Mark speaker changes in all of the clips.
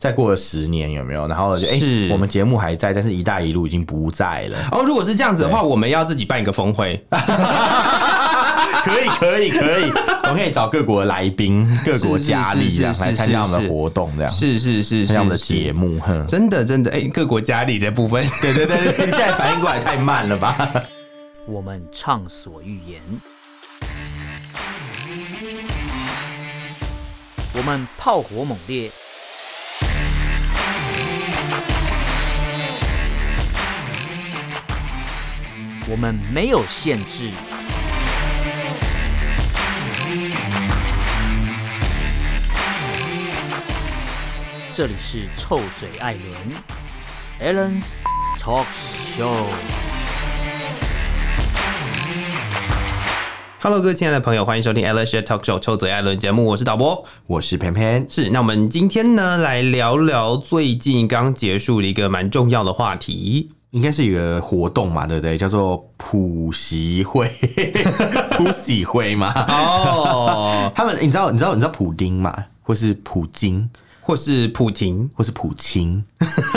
Speaker 1: 再过了十年有没有？然后就哎、
Speaker 2: 是
Speaker 1: 我们节目还在，但是“一带一路”已经不在了。
Speaker 2: 哦，如果是这样子的话，我们要自己办一个峰会，
Speaker 1: 可以，可以，可以，我们可以找各国的来宾、各国佳丽这样
Speaker 2: 是是是是
Speaker 1: 来参加我们
Speaker 2: 是
Speaker 1: 的活动，这样
Speaker 2: 是是是
Speaker 1: 参
Speaker 2: 是，
Speaker 1: 加我们的
Speaker 2: 是
Speaker 1: 节目。哼，
Speaker 2: 真的真的，哎、各国家里的部分，
Speaker 1: 对对 对对，现在反应过来太慢了吧？
Speaker 3: 我们畅所欲言；我们炮火猛烈；我们没有限制。这里是臭嘴艾伦 a l l e n s Talk Show。
Speaker 2: Hello，各位亲爱的朋友，欢迎收听 Alan s h a Talk Show 臭嘴艾伦节目，我是导播。
Speaker 1: 我是偏偏，
Speaker 2: 是，那我们今天呢来聊聊最近刚结束的一个蛮重要的话题。
Speaker 1: 应该是有个活动嘛，对不对？叫做普习会， 普喜会嘛。
Speaker 2: 哦，
Speaker 1: 他们，你知道，你知道，你知道普丁嘛，或是普京，
Speaker 2: 或是普廷，
Speaker 1: 或是普清，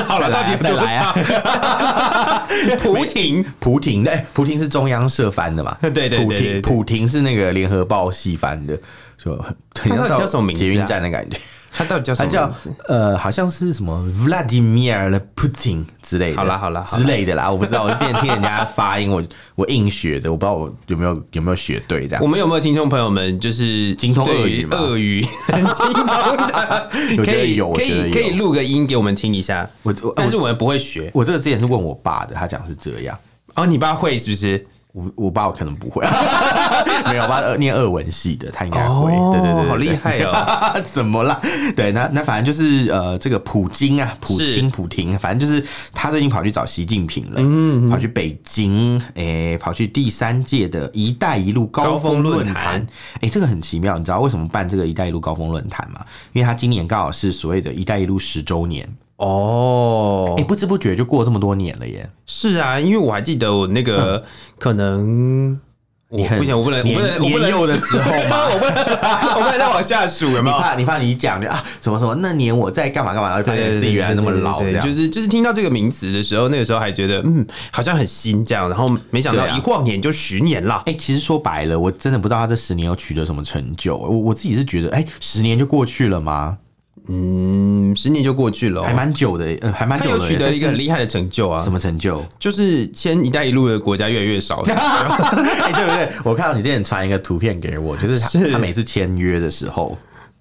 Speaker 2: 好
Speaker 1: 了到底有
Speaker 2: 再
Speaker 1: 多
Speaker 2: 来啊， 普廷，
Speaker 1: 普廷，哎、普廷是中央社翻的嘛？
Speaker 2: 对对对
Speaker 1: 普
Speaker 2: 对
Speaker 1: 廷，
Speaker 2: 对
Speaker 1: 普廷是那个联合报系翻的，说
Speaker 2: 他到底叫什么名字啊
Speaker 1: 捷运站的感觉，
Speaker 2: 他到底叫什
Speaker 1: 他
Speaker 2: 么
Speaker 1: 叫
Speaker 2: 名字？
Speaker 1: 呃，好像是什么 Vladimir 的 Putin 之类的，
Speaker 2: 好啦好啦好啦
Speaker 1: 之类的啦，我不知道，我之前听人家发音，我我硬学的，我不知道我有没有有没有学对这样
Speaker 2: 我。们有没有听众朋友们就是精
Speaker 1: 通俄语吗
Speaker 2: 鳄鱼 精通的？
Speaker 1: 我觉
Speaker 2: 可
Speaker 1: 得
Speaker 2: 以
Speaker 1: 有我
Speaker 2: 可
Speaker 1: 觉得
Speaker 2: 以
Speaker 1: 有
Speaker 2: 可以录个音给我们听一下，
Speaker 1: 我我
Speaker 2: 但是我们不会学。
Speaker 1: 我这个之前是问我爸的，他讲是这样，
Speaker 2: 哦，你爸会是不是？
Speaker 1: 我我爸我可能不会， 没有，我爸呃念俄文系的，他应该会，哎对对对对，
Speaker 2: 好厉害 哦！
Speaker 1: 啊，怎么啦？对，那那反正就是呃，这个普京啊，普
Speaker 2: 是
Speaker 1: 京普廷，反正就是他最近跑去找习近平了，嗯跑去北京，诶、跑去第三届的“一带一路”高峰论
Speaker 2: 高峰论坛
Speaker 1: 坛，诶、这个很奇妙，你知道为什么办这个“一带一路”高峰论坛吗？因为他今年刚好是所谓的“一带一路”十周年，
Speaker 2: 哦
Speaker 1: 诶、，不知不觉就过了这么多年了耶，
Speaker 2: 哎是啊，因为我还记得我那个可能。我
Speaker 1: 嗯你很
Speaker 2: 不行，我不能，我
Speaker 1: 年
Speaker 2: 不能，我不能
Speaker 1: 年幼的时候嘛
Speaker 2: 我不能， 我不能再往下数，有没
Speaker 1: 你
Speaker 2: 有？
Speaker 1: 怕你怕你一讲就啊什么什么那年我在干嘛干嘛，然后就发现哎自己原来那么老这
Speaker 2: 哎对
Speaker 1: 样，
Speaker 2: 就是就是听到这个名词的时候，那个时候还觉得嗯，好像很新这样，然后没想到
Speaker 1: 对啊
Speaker 2: 一晃眼就十年啦。
Speaker 1: 哎、其实说白了，我真的不知道他这十年有取得什么成就。我我自己是觉得，哎、十年就过去了吗？
Speaker 2: 嗯，十年就过去了哦，
Speaker 1: 还蛮久的，呃，还蛮
Speaker 2: 他
Speaker 1: 久
Speaker 2: 有
Speaker 1: 的。
Speaker 2: 取得一个
Speaker 1: 但
Speaker 2: 很
Speaker 1: 是
Speaker 2: 厉害的成就啊
Speaker 1: 什，么成就？
Speaker 2: 就是签“一带一路”的国家越来越少了。
Speaker 1: 哎、对不对？我看到你之前传一个图片给我，就是他
Speaker 2: 是
Speaker 1: 他每次签约的时候，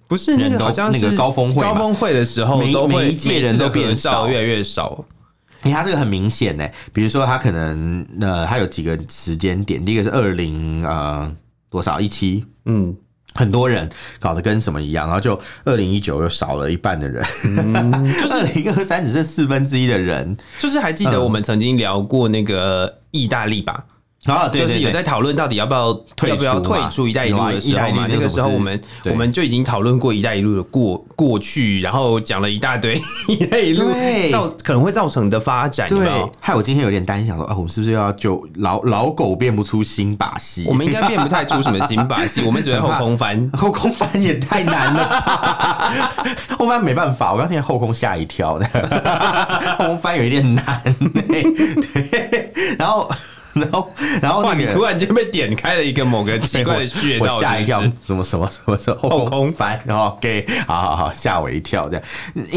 Speaker 2: 不是那
Speaker 1: 人
Speaker 2: 个
Speaker 1: 都
Speaker 2: 好像是
Speaker 1: 那个高峰会嘛
Speaker 2: 高峰会的时候
Speaker 1: 每
Speaker 2: 都会
Speaker 1: 每一届人都变
Speaker 2: 每次的合照
Speaker 1: 少
Speaker 2: 越来越少。
Speaker 1: 你看他这个很明显呢、比如说他可能呃，他有几个时间点，第一个是二零呃多少一七。
Speaker 2: 嗯，
Speaker 1: 很多人搞得跟什么一样，然后就二零一九又少了一半的人，
Speaker 2: 嗯
Speaker 1: 二零二三只剩四分之一的人
Speaker 2: 就是还记得
Speaker 1: 嗯
Speaker 2: 我们曾经聊过那个意大利吧，
Speaker 1: 啊，对对
Speaker 2: 就是有
Speaker 1: 对
Speaker 2: 在讨论到底要不要
Speaker 1: 退
Speaker 2: 要不要
Speaker 1: 出嘛
Speaker 2: 退出“一带一路”的时候
Speaker 1: 有啊，一
Speaker 2: 嘛那
Speaker 1: 带一路那
Speaker 2: 个
Speaker 1: 个
Speaker 2: 时候
Speaker 1: 不是
Speaker 2: 我们
Speaker 1: 对
Speaker 2: 我们就已经讨论过“一带一路”的过过去，然后讲了一大堆 “一带一路”
Speaker 1: 对
Speaker 2: 造可能会造成的发展，有没
Speaker 1: 对
Speaker 2: 有？，
Speaker 1: 害我今天有点担心，想说啊，我们是不是又要就老老狗变不出新把戏？
Speaker 2: 我们应该变不太出什么新把戏，我们只会后空翻。
Speaker 1: 后空翻也太难了吧， 后空翻没办法，我刚听见后空吓一跳的， 后空翻有一点难、欸。 对，然后然后然后
Speaker 2: 哇！你
Speaker 1: 那个
Speaker 2: 突然间被点开了一个某个奇怪的穴 道，
Speaker 1: 我吓一跳
Speaker 2: 是不是，
Speaker 1: 什么什么什么什么
Speaker 2: 后
Speaker 1: 后空翻，然后给，好好好，吓我一跳这样，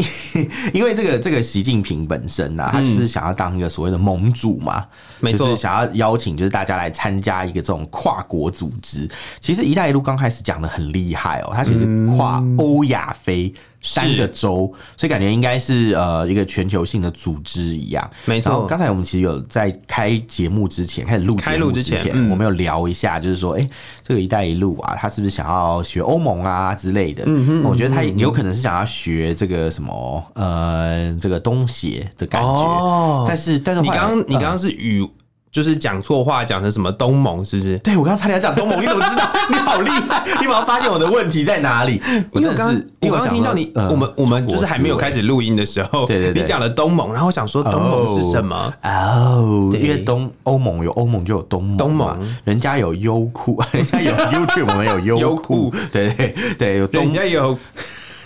Speaker 1: 因为这个这个习近平本身呐、啊，他就是想要当一个所谓的盟主嘛，
Speaker 2: 没错
Speaker 1: 就是想要邀请就是大家来参加一个这种跨国组织。其实“一带一路”刚开始讲的很厉害哦，它其实跨欧亚非。三个州，所以感觉应该是呃一个全球性的组织一样。
Speaker 2: 没错
Speaker 1: 然后刚才我们其实有在开节目之前，开始录
Speaker 2: 开
Speaker 1: 节
Speaker 2: 录
Speaker 1: 目
Speaker 2: 之
Speaker 1: 之
Speaker 2: 前
Speaker 1: 前，
Speaker 2: 嗯
Speaker 1: 我们有聊一下，就是说，哎、这个“一带一路”啊，他是不是想要学欧盟啊之类的？嗯我觉得他有可能是想要学这个什么，呃，这个东协的感觉。
Speaker 2: 哦
Speaker 1: 但是，但是
Speaker 2: 你
Speaker 1: 后来
Speaker 2: 刚刚你
Speaker 1: 呃
Speaker 2: 刚刚是语就是讲错话，讲成什么东盟是不是？
Speaker 1: 对我刚刚差点要讲东盟，你怎么知道？ 你好厉害！你马上发现我的问题在哪里？
Speaker 2: 因为我
Speaker 1: 真的
Speaker 2: 刚
Speaker 1: 是
Speaker 2: 我
Speaker 1: 因为
Speaker 2: 刚刚
Speaker 1: 想
Speaker 2: 听到
Speaker 1: 说
Speaker 2: 你，
Speaker 1: 呃
Speaker 2: 我们我们
Speaker 1: 中国
Speaker 2: 就是还没有
Speaker 1: 思维
Speaker 2: 开始录音的时候，
Speaker 1: 对对对
Speaker 2: 你讲了东盟，然后我想说东盟是什么？
Speaker 1: 呃哦，
Speaker 2: 对
Speaker 1: 因为东欧盟有欧盟就有东盟嘛，
Speaker 2: 东盟
Speaker 1: 人家有优 酷，人家有 YouTube，我们有
Speaker 2: 优
Speaker 1: 优
Speaker 2: 酷
Speaker 1: 酷，对对对，有东
Speaker 2: 人家有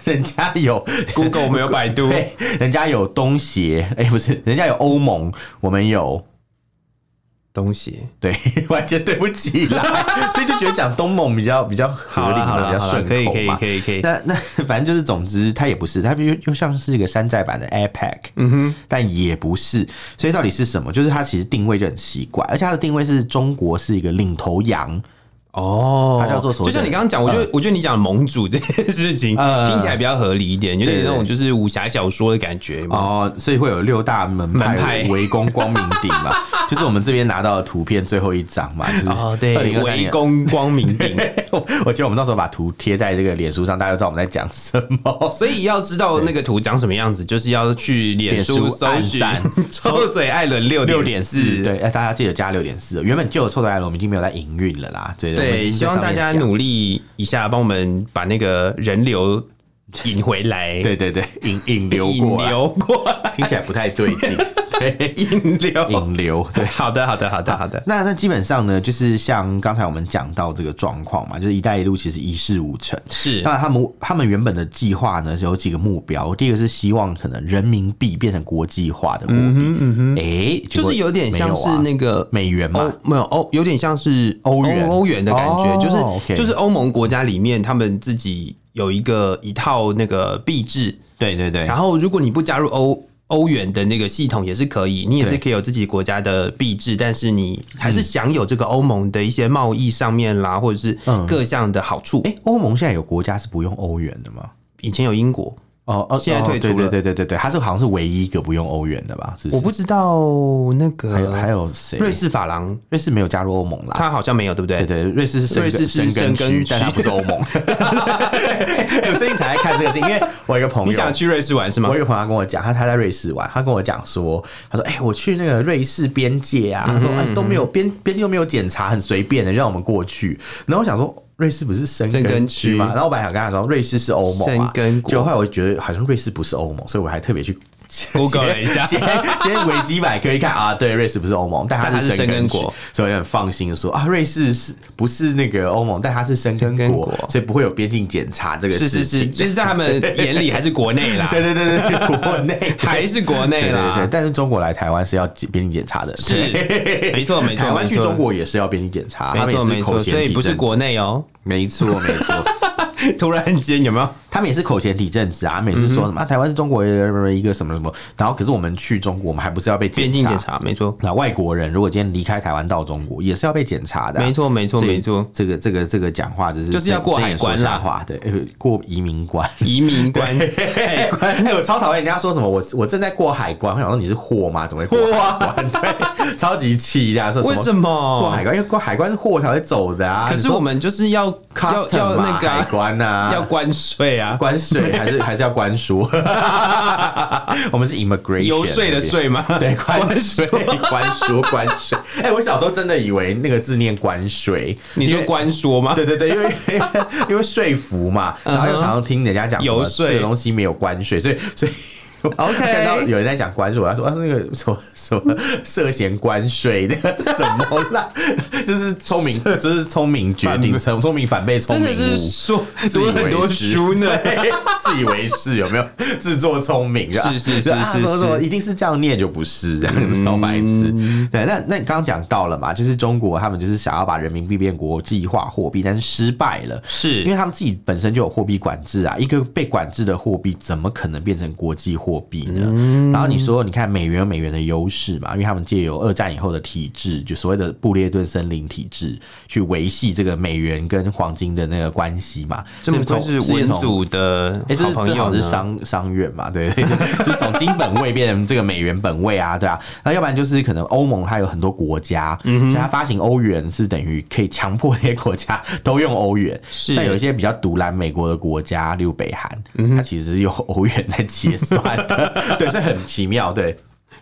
Speaker 1: 人家有
Speaker 2: Google 没有百 度
Speaker 1: 对，人家有东协，哎、不是，人家有欧盟，我们有。
Speaker 2: 东西。
Speaker 1: 对， 完全对不起 啦，所以就觉得讲东盟比较比较合理
Speaker 2: 啦好
Speaker 1: 嘛，
Speaker 2: 啦
Speaker 1: 比较
Speaker 2: 好啦
Speaker 1: 顺口
Speaker 2: 可以可以
Speaker 1: 嘛
Speaker 2: 可以可以。
Speaker 1: 那 那反正就是，总之它也不是，它又又像是一个山寨版的 APEC，嗯哼，但也不是。所以到底是什么？就是它其实定位就很奇怪，而且它的定位是中国是一个领头羊，
Speaker 2: 哦，
Speaker 1: 它叫做嗯所谓
Speaker 2: 就
Speaker 1: 的
Speaker 2: 像你刚刚讲，我觉得、我觉得你讲盟主这件事情、
Speaker 1: 呃
Speaker 2: 听起来比较合理一点，有点
Speaker 1: 对
Speaker 2: 那种
Speaker 1: 对
Speaker 2: 就是武侠小说的感觉嘛。
Speaker 1: 哦，所以会有六大门
Speaker 2: 门派
Speaker 1: 派围攻光明顶 嘛，就是我们这边拿到的图片最后一张嘛，就是
Speaker 2: 哦，对
Speaker 1: 2023，年
Speaker 2: 围攻光明顶。
Speaker 1: 我 我觉得我们到时候把图贴在这个脸书上，大家都知道我们在讲什么。
Speaker 2: 所以要知道那个图长什么样子，就是要去脸书
Speaker 1: 脸书
Speaker 2: 搜寻
Speaker 1: 按
Speaker 2: “臭嘴艾伦 六
Speaker 1: 六
Speaker 2: 点
Speaker 1: 点
Speaker 2: 四
Speaker 1: 四，”。对，哎，大家记得加六点四。原本就有臭的爱罗，我们已经没有在营运了啦。对我们已
Speaker 2: 对，
Speaker 1: 经在
Speaker 2: 希望
Speaker 1: 上
Speaker 2: 大
Speaker 1: 面
Speaker 2: 家
Speaker 1: 讲
Speaker 2: 努力一下，帮我们把那个人流引回来，
Speaker 1: 对对对，引引流
Speaker 2: 引
Speaker 1: 过来，
Speaker 2: 流过来，
Speaker 1: 听起来不太对 劲。对，
Speaker 2: 引流。
Speaker 1: 引流。对，
Speaker 2: 好的，好的，好的，好的。
Speaker 1: 那那基本上呢，就是像刚才我们讲到这个状况嘛，就是“一带一路”其实一事无成。
Speaker 2: 是
Speaker 1: 当然，他们他们原本的计划呢是有几个目标，第一个是希望可能人民币变成国际化的货币，哎、结
Speaker 2: 就
Speaker 1: 果
Speaker 2: 是有点像
Speaker 1: 没
Speaker 2: 是
Speaker 1: 啊
Speaker 2: 那个
Speaker 1: 美元嘛
Speaker 2: 欧，没有
Speaker 1: 哦
Speaker 2: 欧，有点像是
Speaker 1: 欧元
Speaker 2: 欧元的感觉，
Speaker 1: 哦
Speaker 2: 就是、
Speaker 1: OK
Speaker 2: 就是欧盟国家里面他们自己有一个一套那个币制，
Speaker 1: 对对对
Speaker 2: 然后如果你不加入欧。欧元的那个系统也是可以，你也是
Speaker 1: 对
Speaker 2: 可以有自己国家的币制，但是你还是享有这个欧盟的一些贸易上面啦，或者是
Speaker 1: 嗯
Speaker 2: 各项的好处。
Speaker 1: 哎，欧盟现在有国家是不用欧元的吗？
Speaker 2: 以前有英国，
Speaker 1: 哦哦，
Speaker 2: 现在退出了
Speaker 1: 哦对对对对对对，它是好像是唯一一个不用欧元的吧？是不是？
Speaker 2: 我不知道那个
Speaker 1: 还有还有谁？
Speaker 2: 瑞士法郎，
Speaker 1: 瑞士没有加入欧盟啦。
Speaker 2: 它好像没有，对不
Speaker 1: 对对，瑞士是申
Speaker 2: 瑞士
Speaker 1: 根
Speaker 2: 是
Speaker 1: 申
Speaker 2: 申
Speaker 1: 根
Speaker 2: 根
Speaker 1: 区
Speaker 2: 区，
Speaker 1: 但它不是欧盟。我最近才在看这个事，因为我有一个朋友，
Speaker 2: 你想去瑞士玩是吗
Speaker 1: 我？有一个朋友他跟我讲，他他在瑞士玩，他跟我讲说，他说：“哎、我去那个瑞士边界
Speaker 2: 嗯
Speaker 1: 啊，他说哎、都没有边边境都没有检查，很随便的让我们过去。”然后我想说。瑞士不是申
Speaker 2: 申根
Speaker 1: 根
Speaker 2: 区
Speaker 1: 区嘛？然后我本来想跟他说，瑞士是欧盟
Speaker 2: 申
Speaker 1: 嘛，
Speaker 2: 根国
Speaker 1: 结果啊后来我觉得好像瑞士不是欧盟，所以我还特别去
Speaker 2: Google 了一 下
Speaker 1: 先先维基百科一看啊，对，瑞士不是欧盟，但
Speaker 2: 但它
Speaker 1: 它
Speaker 2: 是
Speaker 1: 申
Speaker 2: 申根
Speaker 1: 根区
Speaker 2: 国，
Speaker 1: 所以我很放心地说啊，瑞士是不是那个欧盟？但它是申根
Speaker 2: 申根
Speaker 1: 国
Speaker 2: 国，
Speaker 1: 所以不会有边境检查这个
Speaker 2: 是
Speaker 1: 事
Speaker 2: 是
Speaker 1: 情。
Speaker 2: 是，就是在他们眼里还是国内啦，
Speaker 1: 对对对对对，国内
Speaker 2: 还是国内
Speaker 1: 对对对
Speaker 2: 啦，，
Speaker 1: 但是中国来台湾是要检边境检查的，
Speaker 2: 是没错没
Speaker 1: 对。
Speaker 2: 错，
Speaker 1: 台湾
Speaker 2: 没
Speaker 1: 去
Speaker 2: 错
Speaker 1: 中，国也是要边境检查，他们
Speaker 2: 没
Speaker 1: 也
Speaker 2: 错没
Speaker 1: 是口
Speaker 2: 错，
Speaker 1: 嫌
Speaker 2: 所以
Speaker 1: 体
Speaker 2: 不是
Speaker 1: 正直
Speaker 2: 国内 哦。
Speaker 1: 没错没 错，
Speaker 2: 突然间有没有？
Speaker 1: 他们也是口嫌体正直啊，每次说
Speaker 2: 嗯
Speaker 1: 什么、啊台湾是中国的一个什么什么，然后可是我们去中国，我们还不是要被
Speaker 2: 边境检？查，没错，
Speaker 1: 那外国人如果今天离开台湾到中国，也是要被检查的啊、
Speaker 2: 没错，没错，
Speaker 1: 所以
Speaker 2: 没错。
Speaker 1: 这个这个这个讲话就是
Speaker 2: 就是要过
Speaker 1: 睁
Speaker 2: 海
Speaker 1: 眼说
Speaker 2: 关啦
Speaker 1: 瞎话，对，呃过移民关。
Speaker 2: 移民 官，
Speaker 1: 海关，哎，我超讨厌人家说什么我我正在过海关，我想说你是货吗？怎么会过海关？ 对，超级气这样说什
Speaker 2: 啊为
Speaker 1: 么
Speaker 2: 什
Speaker 1: 过
Speaker 2: 么
Speaker 1: 海？关？因为过海关是货才会走的啊。
Speaker 2: 可是我们就是要要
Speaker 1: custom
Speaker 2: 要那个
Speaker 1: 海
Speaker 2: 啊
Speaker 1: 关啊，
Speaker 2: 要关税啊，
Speaker 1: 关税还是还是要关书？我们是 immigration
Speaker 2: 游税的
Speaker 1: 这边。
Speaker 2: 税吗？
Speaker 1: 对，关税，关书，关税。哎、我小时候真的以为那个字念关税，
Speaker 2: 你
Speaker 1: 因
Speaker 2: 说
Speaker 1: 为
Speaker 2: 关说吗？
Speaker 1: 对对对，因为因为说服嘛，然后又常常听人家讲什么
Speaker 2: 游说
Speaker 1: 这个东西没有关税，所以所以。
Speaker 2: OK
Speaker 1: 看到有人在讲关税，我要说啊，那个什么什么涉嫌关税的什么啦，就是聪明，就是聪明决定，聪聪明反被聪
Speaker 2: 真
Speaker 1: 明误
Speaker 2: 的，是说
Speaker 1: 自 以
Speaker 2: 读了
Speaker 1: 为
Speaker 2: 很多
Speaker 1: 是
Speaker 2: 书呢。
Speaker 1: 对 自以为是有没有？自作聪明吧
Speaker 2: 是是是
Speaker 1: 就啊
Speaker 2: 是
Speaker 1: 什么什么
Speaker 2: 是嗯
Speaker 1: 一定是这样念就不是这样子，超白痴。对，那那你刚刚讲到了嘛，就是中国他们就是想要把人民币变国际化货币，但是失败了。因
Speaker 2: 是
Speaker 1: 为他们自己本身就有货币管制啊，一个被管制的货币怎么可能变成国际货币呢？
Speaker 2: 嗯
Speaker 1: 然后你说，你看美元有美元的优势嘛，因为他们借由二战以后的体制，就所谓的布列顿森林体制，去维系这个美元跟黄金的那个关系嘛。
Speaker 2: 这么
Speaker 1: 从
Speaker 2: 就是
Speaker 1: 世界
Speaker 2: 文
Speaker 1: 从
Speaker 2: 组的
Speaker 1: 哎、这
Speaker 2: 好
Speaker 1: 是
Speaker 2: 朋
Speaker 1: 正
Speaker 2: 友
Speaker 1: 好
Speaker 2: 呢
Speaker 1: 是商商院嘛， 对，对对就是从金本位变成这个美元本位啊，对啊，那要不然就是可能欧盟它有很多国家，所以它发行欧元是等于可以强迫这些国家都用欧元，
Speaker 2: 是
Speaker 1: 但有一些比较独揽美国的国家，例如北韩，它其实是用欧元在结算的， 对，这很奇妙，对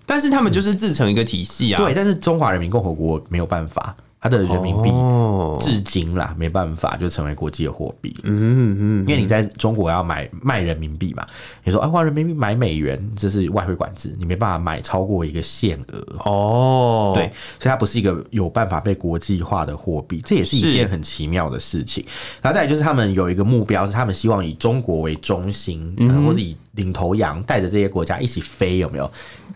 Speaker 2: 但是他们就是自成一个体系啊。
Speaker 1: 对，但是中华人民共和国没有办法，它的人民币
Speaker 2: 哦
Speaker 1: 至今啦没办法就成为国际的货币，
Speaker 2: 嗯嗯，
Speaker 1: 因为你在中国要买卖人民币嘛，你说啊换人民币买美元，这是外汇管制，你没办法买超过一个限额。
Speaker 2: 哦，
Speaker 1: 对，，所以它不是一个有办法被国际化的货币，这也是
Speaker 2: 是
Speaker 1: 一件很奇妙的事情。然后再来就是他们有一个目标，是他们希望以中国为中心，
Speaker 2: 嗯
Speaker 1: 呃或是以领头羊，带着这些国家一起飞，有没 有？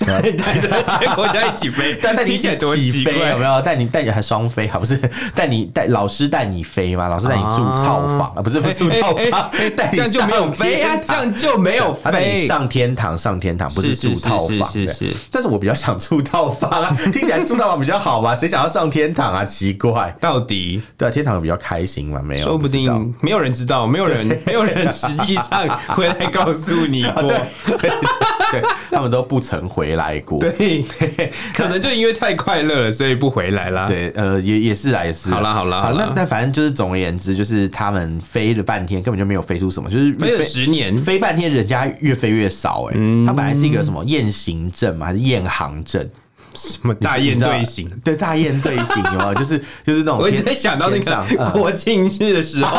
Speaker 1: 呃
Speaker 2: 带着这些国家一 起飞，
Speaker 1: 带带你
Speaker 2: 听
Speaker 1: 一
Speaker 2: 起
Speaker 1: 起
Speaker 2: 来多奇
Speaker 1: 起飞有
Speaker 2: 怪
Speaker 1: 没。有？带你带你还双飞，好不是？ 带你带老师带你飞嘛？老师带你住
Speaker 2: 啊哎
Speaker 1: 套房啊，不是不是住套房，带你
Speaker 2: 这样就没
Speaker 1: 上哎
Speaker 2: 有飞
Speaker 1: 天
Speaker 2: 啊，
Speaker 1: 堂
Speaker 2: 这样就没 有
Speaker 1: 他带你
Speaker 2: 飞。
Speaker 1: 上天堂，上天堂不
Speaker 2: 哎是是
Speaker 1: 住套
Speaker 2: 是是
Speaker 1: 房，
Speaker 2: 是
Speaker 1: 对
Speaker 2: 是
Speaker 1: 但是我比较想住套房啊， 听起来住套房比较好吧？谁想要上天堂啊？奇怪，
Speaker 2: 到底，
Speaker 1: 对啊，天堂比较开心嘛？没有，
Speaker 2: 说不
Speaker 1: 知道
Speaker 2: 定没有人知道，没有人，没有人 实际上回来告诉你 过。
Speaker 1: 对他们都不曾回来过。
Speaker 2: 对，可能就因为太快乐了，所以不回来啦。，
Speaker 1: 对，呃，也也是啦，也是啦。
Speaker 2: 好啦好啦好啦
Speaker 1: 那那反正就是总而言之，就是他们飞了半天，根本就没有飞出什么，就是越
Speaker 2: 飞了十年，嗯
Speaker 1: 飞半天，人家越飞越少、欸。哎、他本来是一个什么雁行阵嘛，还是雁行阵？
Speaker 2: 什么大雁队形
Speaker 1: 你知道，对大雁队形有没有？就是就是那种
Speaker 2: 我一直
Speaker 1: 天，
Speaker 2: 在想到那
Speaker 1: 天上
Speaker 2: 个
Speaker 1: 嗯
Speaker 2: 国庆日的时候，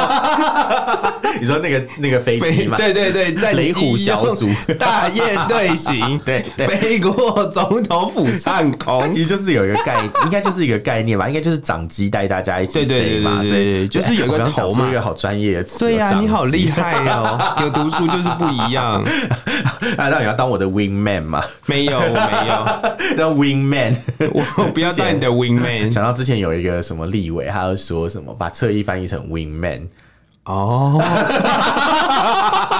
Speaker 1: 你说那个那个飞机
Speaker 2: 飞
Speaker 1: 嘛，
Speaker 2: 对对对，战
Speaker 1: 雷虎
Speaker 2: 机
Speaker 1: 小
Speaker 2: 用
Speaker 1: 组
Speaker 2: 大雁队 形，
Speaker 1: 对对
Speaker 2: 飞过总统府上
Speaker 1: 它
Speaker 2: 空
Speaker 1: 其。实就是有一个概， 应该就是一个概念吧，应该就是掌机带大家一起
Speaker 2: 对对
Speaker 1: 飞嘛，
Speaker 2: 对对对
Speaker 1: 所
Speaker 2: 对
Speaker 1: 以
Speaker 2: 就是有一个
Speaker 1: 我刚讲
Speaker 2: 头
Speaker 1: 出
Speaker 2: 嘛
Speaker 1: 一个好专业的词哦，
Speaker 2: 对呀、
Speaker 1: 掌
Speaker 2: 你好
Speaker 1: 机
Speaker 2: 厉害哦！有读书就是不一样，
Speaker 1: 啊，那你要当我的 wing man 嘛？
Speaker 2: 没有 我
Speaker 1: 那 wing man，
Speaker 2: 没有，我不要当你的 wing man
Speaker 1: 想到之前有一个什么立委，他就说什么把侧翼翻译成 wing man，
Speaker 2: 哦。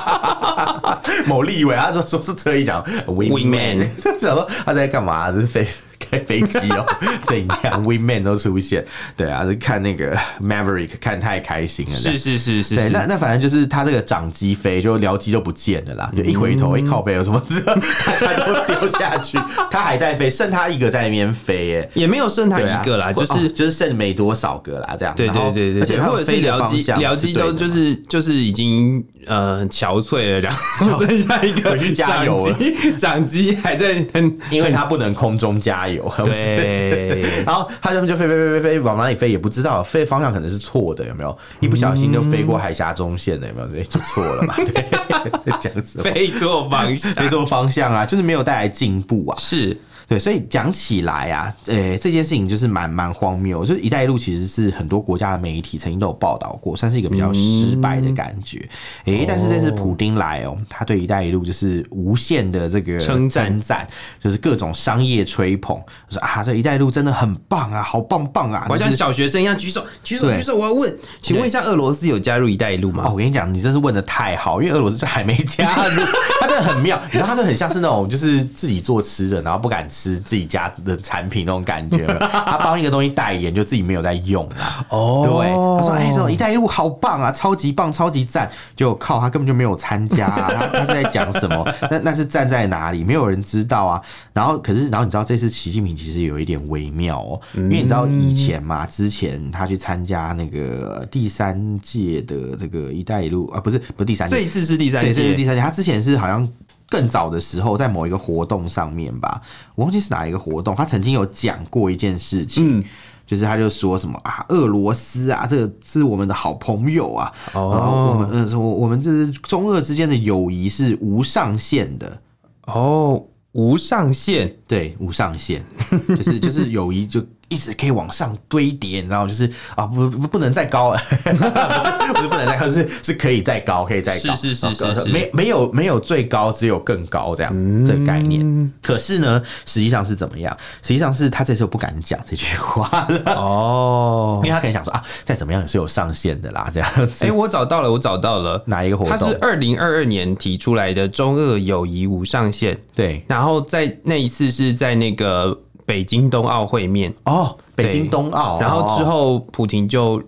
Speaker 1: 某立委他说说是侧翼讲 wing
Speaker 2: Wing
Speaker 1: man，
Speaker 2: man
Speaker 1: 想说他在干嘛？是飞开飞机 哦？怎样 wing man 都出现？对啊，是看那个 Maverick 看太开心了，这样
Speaker 2: 是是是是
Speaker 1: 对，那
Speaker 2: 是，
Speaker 1: 那反正就是他这个掌机飞，就僚机就不见了啦，
Speaker 2: 嗯
Speaker 1: 就一回头，一、靠背有什么， 大家都丢下 去，他还在飞，剩他一个在那边飞、耶。
Speaker 2: 也没有剩他
Speaker 1: 对啊
Speaker 2: 一个啦，就
Speaker 1: 哦
Speaker 2: 是
Speaker 1: 就是剩没多少个啦，这样。
Speaker 2: 对
Speaker 1: 然后
Speaker 2: 对对对
Speaker 1: 而且
Speaker 2: 对，
Speaker 1: 它
Speaker 2: 或者是
Speaker 1: 飞的
Speaker 2: 僚
Speaker 1: 方
Speaker 2: 机
Speaker 1: 向
Speaker 2: 僚
Speaker 1: 是
Speaker 2: 机
Speaker 1: 对
Speaker 2: 都
Speaker 1: 的
Speaker 2: 就是就是已经呃憔悴了，然 后剩下一个
Speaker 1: 回去加油了
Speaker 2: 掌机， 掌机还在很
Speaker 1: 因为它不能空中加油，不是。
Speaker 2: 对。
Speaker 1: 然后他就就飞飞飞飞飞往哪里飞也不知道，飞的方向可能是错的，有没有？
Speaker 2: 嗯
Speaker 1: 一不小心就飞过海峡中线了，有没有？对，就错了嘛。对， 在讲什么？
Speaker 2: 飞啊错方向
Speaker 1: 飞错方向啊，就是没有带来进步啊。
Speaker 2: 是
Speaker 1: 对，所以讲起来啊，呃、这件事情就是蛮蛮荒谬。就是“一带一路”其实是很多国家的媒体曾经都有报道过，算是一个比
Speaker 2: 嗯
Speaker 1: 较失败的感觉。诶、但是这次普丁来哦，他对“一带一路”就是无限的这个
Speaker 2: 称赞
Speaker 1: 称赞，就是各种商业吹捧，说啊，这“一带一路”真的很棒啊，好棒棒啊！
Speaker 2: 我
Speaker 1: 就
Speaker 2: 像
Speaker 1: 是
Speaker 2: 小学生一样举手举手
Speaker 1: 对
Speaker 2: 举手，我要问，请问一下俄罗斯有加入“一带一路”
Speaker 1: 哦，
Speaker 2: 吗？
Speaker 1: 我跟你讲，你真是问的太好，因为俄罗斯就还没加入，它真的很妙，你知道，它就很像是那种就是自己做吃的，然后不敢吃自己家的产品那种感觉，他帮一个东西代言，就自己没有在用啦。
Speaker 2: 哦
Speaker 1: 对，他说：“哎、这种一带一路好棒啊，超级棒，超级赞！”就靠他根本就没有参加、啊， 他他是在讲什么？那那是站在哪里？没有人知道啊。然后，可是，然后你知道这次习近平其实有一点微妙哦，因为你知道以前嘛，之前他去参加那个第三届的这个“一带一路”啊，不是不是第三届，
Speaker 2: 这一次是第三
Speaker 1: 对，这是
Speaker 2: 届，
Speaker 1: 第三届。他之前是好像更早的时候，在某一个活动上面吧，我忘记是哪一个活动，他曾经有讲过一件事情。
Speaker 2: 嗯
Speaker 1: 就是他就说什么啊，俄罗斯啊，这个是我们的好朋友啊，
Speaker 2: 哦
Speaker 1: 然后我们嗯，说我们这是中俄之间的友谊是无上限的，
Speaker 2: 哦，无上限，
Speaker 1: 对，无上限， 就是就是友谊就一直可以往上堆叠，你知道吗？就是啊，不不不能再高了， 不是不能再高，是是可以再高，可以再高，
Speaker 2: 是是是
Speaker 1: 然后
Speaker 2: 是是
Speaker 1: 没没有没有最高，只有更高这样、这个概念。可是呢，实际上是怎么样？实际上是他这次不敢讲这句话了，
Speaker 2: 哦
Speaker 1: 因为，他可能想说啊，再怎么样也是有上限的啦，这样子。
Speaker 2: 哎、我找到了，我找到了，
Speaker 1: 哪一个活
Speaker 2: 它
Speaker 1: 动
Speaker 2: 是？二零二二年提出来的中俄友谊无上限，
Speaker 1: 对
Speaker 2: 然后在那一次是在那个北京冬奥会面，
Speaker 1: 哦，北
Speaker 2: 对
Speaker 1: 京冬奥，
Speaker 2: 然后之
Speaker 1: 哦
Speaker 2: 后普廷就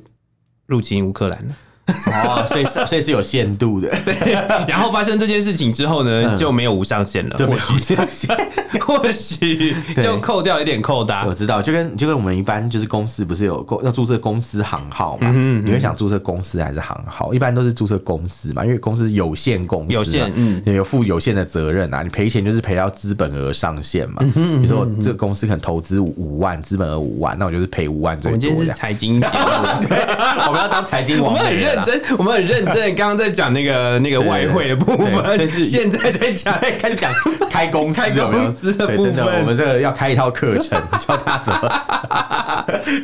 Speaker 2: 入侵乌克兰了。
Speaker 1: 哦，所以是所以是有限度的，
Speaker 2: 然后发生这件事情之后呢，嗯就没有无上限了，
Speaker 1: 对，
Speaker 2: 或
Speaker 1: 有
Speaker 2: 许
Speaker 1: 上限。
Speaker 2: 或许
Speaker 1: 对
Speaker 2: 就扣掉一点扣搭
Speaker 1: 我，知道，就跟就跟我们一般就是公司不是有公要注册公司行号
Speaker 2: 嗯
Speaker 1: 嘛？你会想注册公司还是行号？一般都是注册公司嘛，因为公司有限公司嘛，啊
Speaker 2: 有限嗯
Speaker 1: 有负有限的责任啊。你赔钱就是赔到资本额上限
Speaker 2: 嗯
Speaker 1: 嘛。比如说这个公司可能投资五五万，资本额五万，那我就是赔五万
Speaker 2: 我
Speaker 1: 最
Speaker 2: 们
Speaker 1: 多这
Speaker 2: 今
Speaker 1: 样。
Speaker 2: 天是财经节目。
Speaker 1: 我们要当财经
Speaker 2: 我
Speaker 1: 网
Speaker 2: 们
Speaker 1: 红的
Speaker 2: 很
Speaker 1: 人
Speaker 2: 认
Speaker 1: 啊，
Speaker 2: 真，我们很认 真。刚刚在讲那个那个外汇的部分，
Speaker 1: 对所以是
Speaker 2: 现在在讲
Speaker 1: 开始讲开公司
Speaker 2: 开
Speaker 1: 有没有，
Speaker 2: 公司的
Speaker 1: 对
Speaker 2: 部
Speaker 1: 真的，
Speaker 2: 分
Speaker 1: 我们这个要开一套课 程，教他怎么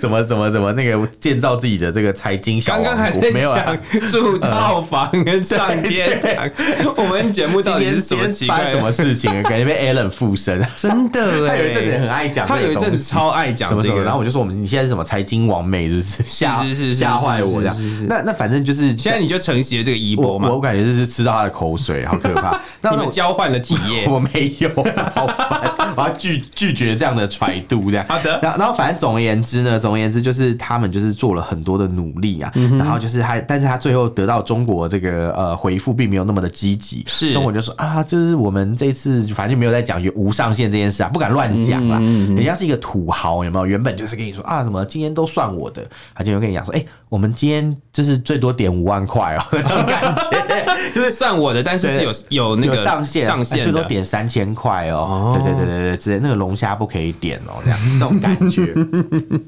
Speaker 1: 怎么 怎么怎么那个建造自己的这个财经小
Speaker 2: 刚
Speaker 1: 王
Speaker 2: 刚还
Speaker 1: 国。
Speaker 2: 在
Speaker 1: 没有啊，
Speaker 2: 讲住套 房跟上天堂。我们节目
Speaker 1: 今
Speaker 2: 到底
Speaker 1: 天
Speaker 2: 是什
Speaker 1: 今
Speaker 2: 么
Speaker 1: 天
Speaker 2: 奇
Speaker 1: 发
Speaker 2: 怪
Speaker 1: 生什么？ 事情了？感觉被 Alan 附身。
Speaker 2: 真的
Speaker 1: 他
Speaker 2: 哎，
Speaker 1: 有一阵子很爱讲这
Speaker 2: 他
Speaker 1: 个东西，
Speaker 2: 有一阵子超爱讲
Speaker 1: 什么
Speaker 2: 这
Speaker 1: 什么，
Speaker 2: 个，
Speaker 1: 然后我就说我们你现在是什么财经王妹 是不是？吓
Speaker 2: 是是是
Speaker 1: 吓坏我这样
Speaker 2: 是是是。
Speaker 1: 那那反正就是
Speaker 2: 现在你就承袭了这个衣
Speaker 1: 我
Speaker 2: 钵
Speaker 1: 我
Speaker 2: 嘛，
Speaker 1: 感觉就是吃到他的口水，好可 怕。那那
Speaker 2: 你们
Speaker 1: 我
Speaker 2: 交换了体 验。
Speaker 1: 我没有，好烦，我要拒拒绝这样的揣度，这样。
Speaker 2: 好的
Speaker 1: 然后然后反正总而言之呢，总而言之就是他们就是做了很多的努力啊，
Speaker 2: 嗯
Speaker 1: 然后就是他，但是他最后得到中国这个呃回复并没有那么的积极，
Speaker 2: 是
Speaker 1: 中国就说啊，就是我们这次反正就没有在讲无上限这件事啊，不敢乱讲
Speaker 2: 嗯
Speaker 1: 啦，人家是一个土豪有没有？原本就是跟你说啊什么今天都算我的，他就跟你讲说，哎、我们今天就是最多点五万块哦、 那种感觉。
Speaker 2: 就是算我的，但是是有有那
Speaker 1: 有
Speaker 2: 个
Speaker 1: 上限，
Speaker 2: 上
Speaker 1: 哎
Speaker 2: 限
Speaker 1: 最多
Speaker 2: 的。
Speaker 1: 点三千块哦。对对对对对，之类那个龙虾不可以点哦，这样那种感 觉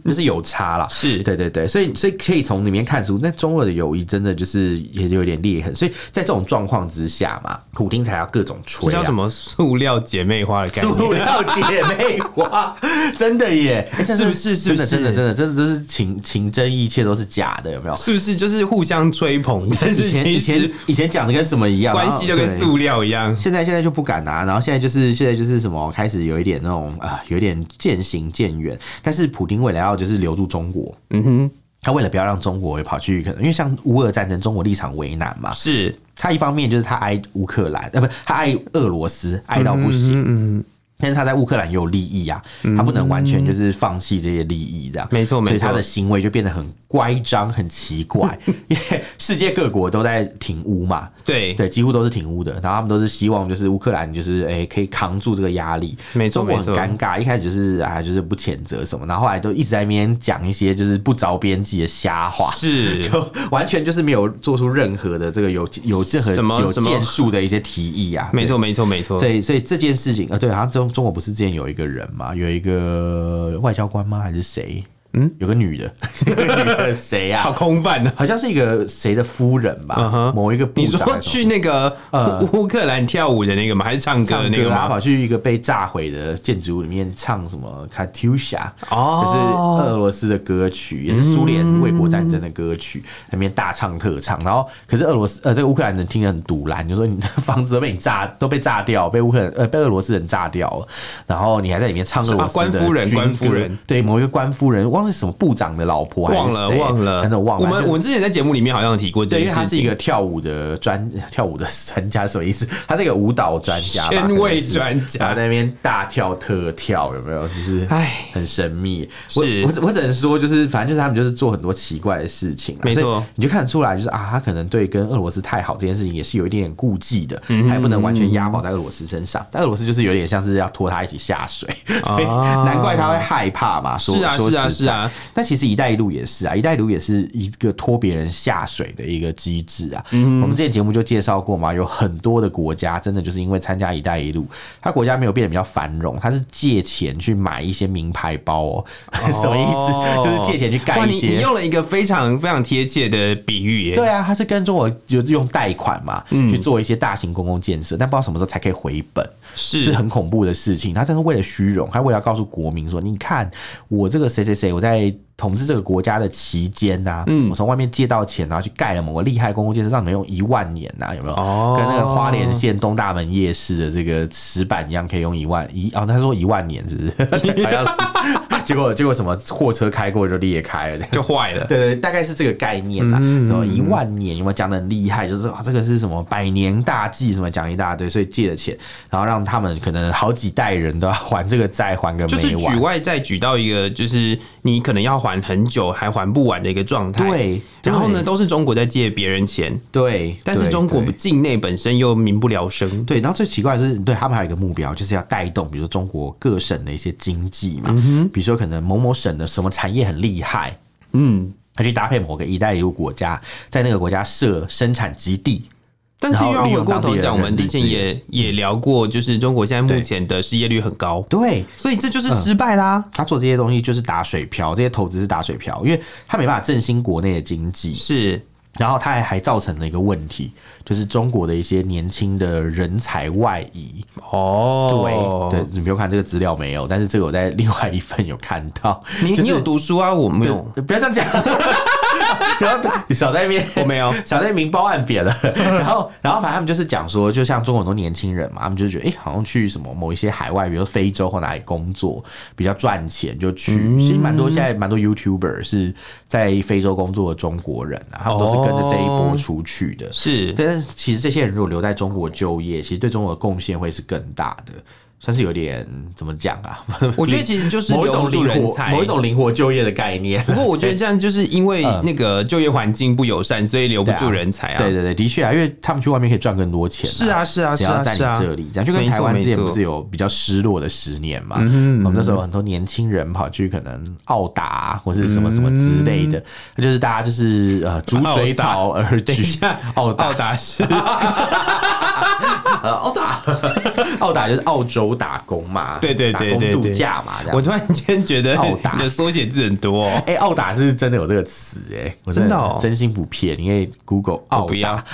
Speaker 1: 就是有差啦。
Speaker 2: 是
Speaker 1: 对对对，所以所以可以从里面看出，那中俄的友谊真的就是也有点裂痕。所以在这种状况之下嘛，普丁才要各种
Speaker 2: 这
Speaker 1: 吹、啊。
Speaker 2: 叫什么塑料姐妹花的概念？
Speaker 1: 塑料姐妹花，真的 耶！哎真的
Speaker 2: 是不是是
Speaker 1: 真
Speaker 2: 不
Speaker 1: 的
Speaker 2: 是
Speaker 1: 真的真的真的都是情情真意切都是假的，有没有？
Speaker 2: 是不是就是互相吹 捧？ 但
Speaker 1: 以
Speaker 2: 是
Speaker 1: 前
Speaker 2: 其
Speaker 1: 以前
Speaker 2: 实
Speaker 1: 以前讲的跟什么一样，
Speaker 2: 关
Speaker 1: 然后
Speaker 2: 系就跟
Speaker 1: 对
Speaker 2: 塑料一样。
Speaker 1: 现在现在就不敢拿、然后现在就是现在就是什么开始有一点那种啊、有点渐行渐远。但是普丁为了要就是留住中国，
Speaker 2: 嗯哼，
Speaker 1: 他为了不要让中国跑去可能因为像乌俄战争，中国立场为难嘛，
Speaker 2: 是
Speaker 1: 他一方面就是他爱乌克兰，呃，不，他爱俄罗斯，爱到不行。但是他在乌克兰也有利益啊，他不能完全就是放弃这些利益，这样
Speaker 2: 没错没
Speaker 1: 所以
Speaker 2: 错
Speaker 1: 他的行为就变得很乖张、很奇怪， 因为世界各国都在挺乌嘛，
Speaker 2: 对
Speaker 1: 对，几乎都是挺乌的，然后他们都是希望就是乌克兰就是诶、可以扛住这个压力，
Speaker 2: 没错
Speaker 1: 中国
Speaker 2: 没错
Speaker 1: 很尴尬，一开始就是啊就是不谴责什么，然后后来都一直在那边讲一些就是不着边际的瞎话，
Speaker 2: 是。
Speaker 1: 就 完全就是没有做出任何的这个有有任何
Speaker 2: 什么
Speaker 1: 有
Speaker 2: 什么
Speaker 1: 建树的一些提议啊，
Speaker 2: 没错，没错，没错
Speaker 1: 对。。所以，所以这件事情，呃，对，好像中中国不是之前有一个人嘛，有一个外交官吗？还是谁？嗯，有个女的， 有个女的谁呀、
Speaker 2: 好
Speaker 1: 啊？
Speaker 2: 空 泛呢。
Speaker 1: 好像是一个谁的夫人吧
Speaker 2: 嗯哼
Speaker 1: 某一个部
Speaker 2: 你
Speaker 1: 长还
Speaker 2: 说
Speaker 1: 是什么。
Speaker 2: 去那个
Speaker 1: 呃
Speaker 2: 乌乌克兰跳舞的那个吗？还是唱歌
Speaker 1: 唱
Speaker 2: 的那个
Speaker 1: 歌啊，跑
Speaker 2: 吗？
Speaker 1: 去一个被炸毁的建筑物里面唱什么 Katusha，
Speaker 2: 哦
Speaker 1: 就是俄罗斯的歌曲，也是苏联卫国战争的歌曲，那边大唱特唱。然后，可是俄罗斯呃，这个乌克兰人听得很堵然，就说你的房子都被你炸，都被炸掉，被乌克兰呃被俄罗斯人炸掉了，然后你还在里面唱俄罗斯的
Speaker 2: 啊官夫人
Speaker 1: 军歌
Speaker 2: 官夫人
Speaker 1: 对某一个官夫人，忘了是什么部长的老婆还是
Speaker 2: 忘了，
Speaker 1: 谁
Speaker 2: 忘了，
Speaker 1: 真的忘了。
Speaker 2: 我
Speaker 1: 反
Speaker 2: 们
Speaker 1: 正
Speaker 2: 我们之前在节目里面好像有提过这
Speaker 1: 对，因
Speaker 2: 件
Speaker 1: 为
Speaker 2: 事情。
Speaker 1: 他是一个跳舞的专 跳舞的专家，什么意思？他是一个舞蹈专家吧，
Speaker 2: 圈
Speaker 1: 可能
Speaker 2: 位
Speaker 1: 是
Speaker 2: 专家
Speaker 1: 然后在那边大跳特跳，有没有？就是
Speaker 2: 唉
Speaker 1: 很神秘。我
Speaker 2: 是
Speaker 1: 我只我只能说，就是反正就是他们就是做很多奇怪的事情啦，
Speaker 2: 没错
Speaker 1: 所以你就看得出来，就是啊，他可能对跟俄罗斯太好这件事情也是有一点点顾忌的，他也不能完全
Speaker 2: 嗯
Speaker 1: 押宝在俄罗斯身上。但俄罗斯就是有点像是要拖他一起下水，所以
Speaker 2: 啊
Speaker 1: 难怪他会害怕嘛。说
Speaker 2: 是啊
Speaker 1: 说
Speaker 2: 是啊
Speaker 1: 实
Speaker 2: 是啊
Speaker 1: 在但其实“一带一路”也是啊，“一带一路”也是一个拖别人下水的一个机制啊。
Speaker 2: 嗯
Speaker 1: 我们之前节目就介绍过嘛，有很多的国家真的就是因为参加“一带一路”，它国家没有变得比较繁荣，它是借钱去买一些名牌包哦， 什么意
Speaker 2: 哦
Speaker 1: 思？就是借钱去盖
Speaker 2: 哇
Speaker 1: 一
Speaker 2: 你你
Speaker 1: 些。
Speaker 2: 用了一个非常非常贴切的比喻耶。
Speaker 1: 对啊，它是跟中国就是用贷款嘛，
Speaker 2: 嗯
Speaker 1: 去做一些大型公共建设，但不知道什么时候才可以回本。是
Speaker 2: 是
Speaker 1: 很恐怖的事情。他但是为了虚荣，他为了要告诉国民说：“你看我这个谁谁谁，我在统治这个国家的期间呐、我从外面借到钱，然后去盖了某个厉害公共建设，让你们用一万年呐、有没有？
Speaker 2: 哦
Speaker 1: 跟那个 花莲县东大门夜市的这个石板一样，可以用一万一哦，他说一万年是不是？好像是。结果结果什么货车开过就裂开了，这样
Speaker 2: 就坏了。
Speaker 1: 对对，大概是这个概念啦。然后一万年有没有讲的很厉害？就是、啊、这个是什么百年大计，什么讲一大堆，所以借了钱，然后让他们可能好几代人都要还这个债，还个
Speaker 2: 就是
Speaker 1: 没
Speaker 2: 举
Speaker 1: 完。
Speaker 2: 外债举到一个，就是你可能要还很久还还不完的一个状态。
Speaker 1: 对
Speaker 2: 然后呢，
Speaker 1: 对
Speaker 2: 都是中国在借别人钱，
Speaker 1: 对，
Speaker 2: 但是
Speaker 1: 对
Speaker 2: 中国
Speaker 1: 对
Speaker 2: 境内本身又民不聊生。
Speaker 1: 对，然后最奇怪的是，对他们还有一个目标，就是要带动，比如说中国各省的一些经济嘛，比如说可能某某省的什么产业很厉害，
Speaker 2: 嗯，
Speaker 1: 他去搭配某个“一带一路”国家，在那个国家设生产基地。
Speaker 2: 但是又要回过头讲，我们之前
Speaker 1: 然后利
Speaker 2: 也也聊过，就是中国现在目
Speaker 1: 对
Speaker 2: 前的失业率很高，
Speaker 1: 对
Speaker 2: 所以这就是失败啦。
Speaker 1: 他做这些东西就是打水漂，这些投资是打水漂，因为他没办法振兴国内的经济，
Speaker 2: 是，
Speaker 1: 然后他还还造成了一个问题，就是中国的一些年轻的人才外移。嗯
Speaker 2: 哦，
Speaker 1: 对，你不用看这个资料没有，但是这个我在另外一份有看到。
Speaker 2: 你
Speaker 1: 就是
Speaker 2: 你有读书啊？我没有，
Speaker 1: 不要这样讲， 不要你少在那 边，
Speaker 2: 我没有
Speaker 1: 少在那边明褒暗 贬了。然后，然后反正他们就是讲说，就像中国很多年轻人嘛，他们就觉得，哎、好像去什么某一些海外，比如非洲或哪里工作比较赚钱，就去。
Speaker 2: 嗯
Speaker 1: 其实蛮多现在蛮多 YouTuber 是在非洲工作的中国人啊，他们都是跟着这一
Speaker 2: 哦
Speaker 1: 波出去的。
Speaker 2: 是
Speaker 1: 但是其实这些人如果留在中国就业，其实对中国的贡献会是更大的，算是有点怎么讲啊？
Speaker 2: 我觉得其实就是
Speaker 1: 某一
Speaker 2: 留
Speaker 1: 种
Speaker 2: 不住
Speaker 1: 灵
Speaker 2: 人
Speaker 1: 活，
Speaker 2: 才，
Speaker 1: 某一。种灵活就业的概念。
Speaker 2: 不过我觉得这样就是因为那个就业环境不友善，所以留不住人才啊。
Speaker 1: 对对对，的确啊，因为他们去外面可以赚更多钱、
Speaker 2: 是啊是啊
Speaker 1: 只要
Speaker 2: 是啊
Speaker 1: 在你
Speaker 2: 是啊
Speaker 1: 这里，这样就跟
Speaker 2: 没错
Speaker 1: 台湾之前
Speaker 2: 没错
Speaker 1: 不是有比较失落的十年嘛？我们那时候很多年轻人跑去可能澳达啊或是什么什么之类的，那就是大家就是呃逐水草而
Speaker 2: 嗯等一
Speaker 1: 居。
Speaker 2: 下，
Speaker 1: 澳
Speaker 2: 澳
Speaker 1: 大
Speaker 2: 达 是
Speaker 1: 呃澳大澳大就是澳洲打工嘛，
Speaker 2: 对对对
Speaker 1: 打工
Speaker 2: 对
Speaker 1: 度
Speaker 2: 对
Speaker 1: 假嘛，这样
Speaker 2: 我突然间觉得
Speaker 1: 澳达
Speaker 2: 你的缩写字很多、哦。
Speaker 1: 哎、欸，澳打是真的有这个词哎、我
Speaker 2: 真的哦
Speaker 1: 真心不骗，你可以 Google 哦澳
Speaker 2: 我不要
Speaker 1: 打，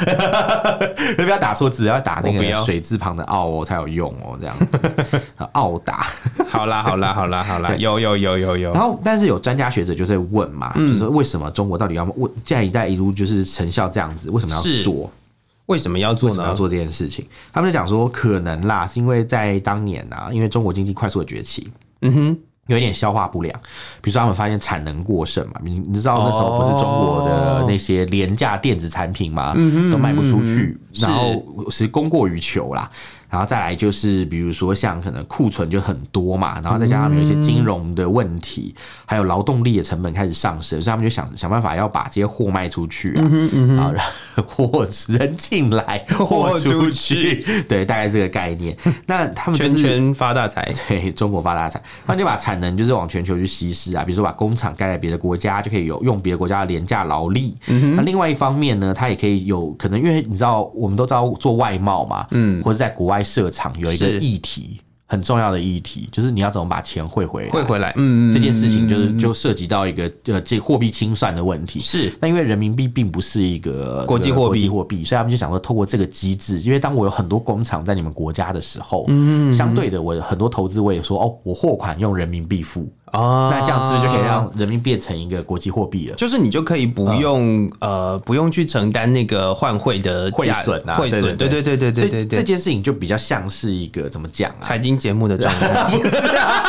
Speaker 1: 不要打错字，要打那
Speaker 2: 我不
Speaker 1: 个
Speaker 2: 要
Speaker 1: 水字旁的澳哦才有用哦，这样子 澳 打。
Speaker 2: 好啦好啦好啦好啦，有有有有有
Speaker 1: 然。后，但是有专家学者就是问嘛，
Speaker 2: 嗯
Speaker 1: 就是说为什么中国到底要问，既然“一带一路”就是成效这样子，为什么要
Speaker 2: 是
Speaker 1: 做？
Speaker 2: 为什么要
Speaker 1: 为
Speaker 2: 做
Speaker 1: 什么
Speaker 2: 呢
Speaker 1: 要？做这件事情？他们就讲说，可能啦，是因为在当年啊，因为中国经济快速的崛起，
Speaker 2: 嗯哼，
Speaker 1: 有一点消化不良，比如说他们发现产能过剩嘛，你你知道那时候不是中国
Speaker 2: 哦
Speaker 1: 的那些廉价电子产品嘛，
Speaker 2: 嗯
Speaker 1: 都卖不出去，
Speaker 2: 是
Speaker 1: 然后是供过于求啦。然后再来就是，比如说像可能库存就很多嘛，然后再加上他们有一些金融的问题，还有劳动力的成本开始上升，所以他们就想想办法要把这些货卖出去
Speaker 2: 嗯
Speaker 1: 啊，然后让货人进来，货
Speaker 2: 货出
Speaker 1: 出去，对，大概这个概念。那他们就
Speaker 2: 圈
Speaker 1: 是
Speaker 2: 圈发大财。
Speaker 1: 对中国发大财，他们就把产能就是往全球去稀释啊，比如说把工厂盖在别的国家，就可以有用别的国家的廉价劳力。
Speaker 2: 嗯
Speaker 1: 那另外一方面呢，它也可以有可能，因为你知道我们都知道做外贸嘛，嗯，或者在国外设厂有一个
Speaker 2: 是
Speaker 1: 议题很重要的议题，就是你要怎么把钱汇回来。
Speaker 2: 会回来，嗯，
Speaker 1: 这件事情就是就涉及到一个呃这货币清算的问题。
Speaker 2: 是
Speaker 1: 那因为人民币并不是一个呃
Speaker 2: 国际
Speaker 1: 这个
Speaker 2: 货
Speaker 1: 国际
Speaker 2: 币
Speaker 1: 货币，所以他们就想说，透过这个机制，因为当我有很多工厂在你们国家的时候，
Speaker 2: 嗯
Speaker 1: 相对的我有很多投资我也说哦，我货款用人民币付，
Speaker 2: 啊
Speaker 1: 那这样是不是就可以让人民币变成一个国际货币了？
Speaker 2: 就是你就可以不用、呃不用去承担那个换汇的
Speaker 1: 汇
Speaker 2: 价
Speaker 1: 损啊，
Speaker 2: 汇损，对对对对对
Speaker 1: 所
Speaker 2: 对
Speaker 1: 以这
Speaker 2: 对，
Speaker 1: 件事情就比较像是一个怎么讲啊？
Speaker 2: 财经节目的状态 不是啊，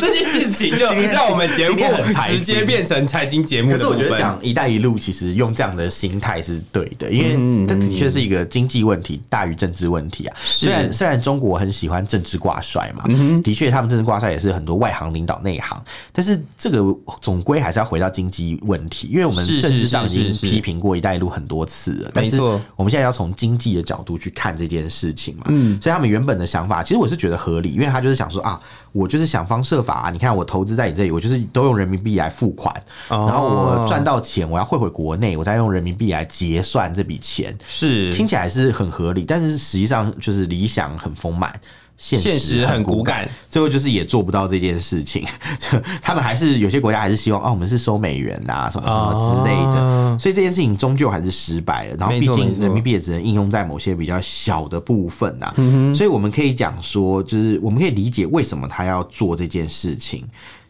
Speaker 2: 这件事情 就
Speaker 1: 今天
Speaker 2: 让我们节目
Speaker 1: 今天很财经
Speaker 2: 直接变成财经节目
Speaker 1: 可
Speaker 2: 的
Speaker 1: 是
Speaker 2: 部
Speaker 1: 我
Speaker 2: 分。
Speaker 1: 觉得讲“一带一路”其实用这样的心态是对的，因为
Speaker 2: 嗯
Speaker 1: 这的确是一个经济问题大于政治问题啊。虽然虽然中国很喜欢政治挂帅嘛，
Speaker 2: 嗯
Speaker 1: 的确他们政治挂帅也是很多外行领导内行，但是这个总归还是要回到经济问题，因为我们
Speaker 2: 是
Speaker 1: 政治上已
Speaker 2: 是
Speaker 1: 经
Speaker 2: 是是
Speaker 1: 批评过“一带一路”很多次了，但
Speaker 2: 没
Speaker 1: 是
Speaker 2: 错
Speaker 1: 我们现在要从经济的角度去看这件事情嘛。嗯，所以他们原本的想法，其实我是觉得合理，因为他就是想说啊，我就是想方设法、啊，你看我投资在你这里，我就是都用人民币来付款，
Speaker 2: 哦
Speaker 1: 然后我赚到钱，我要汇回国内，我再用人民币来结算这笔钱，
Speaker 2: 是
Speaker 1: 听起来是很合理，但是实际上就是理想很丰满。现
Speaker 2: 现实很
Speaker 1: 很
Speaker 2: 骨
Speaker 1: 骨
Speaker 2: 感，
Speaker 1: 最后就是也做不到这件事情。 他们还是有些国家还是希望啊，我们是收美元啊，什么什么之类的，
Speaker 2: 啊
Speaker 1: 所以这件事情终究还是失败了。然后
Speaker 2: 没
Speaker 1: 毕
Speaker 2: 错没
Speaker 1: 竟
Speaker 2: 错
Speaker 1: 人民币也只能应用在某些比较小的部分呐、
Speaker 2: 嗯
Speaker 1: 所以我们可以讲说，就是我们可以理解为什么他要做这件事情。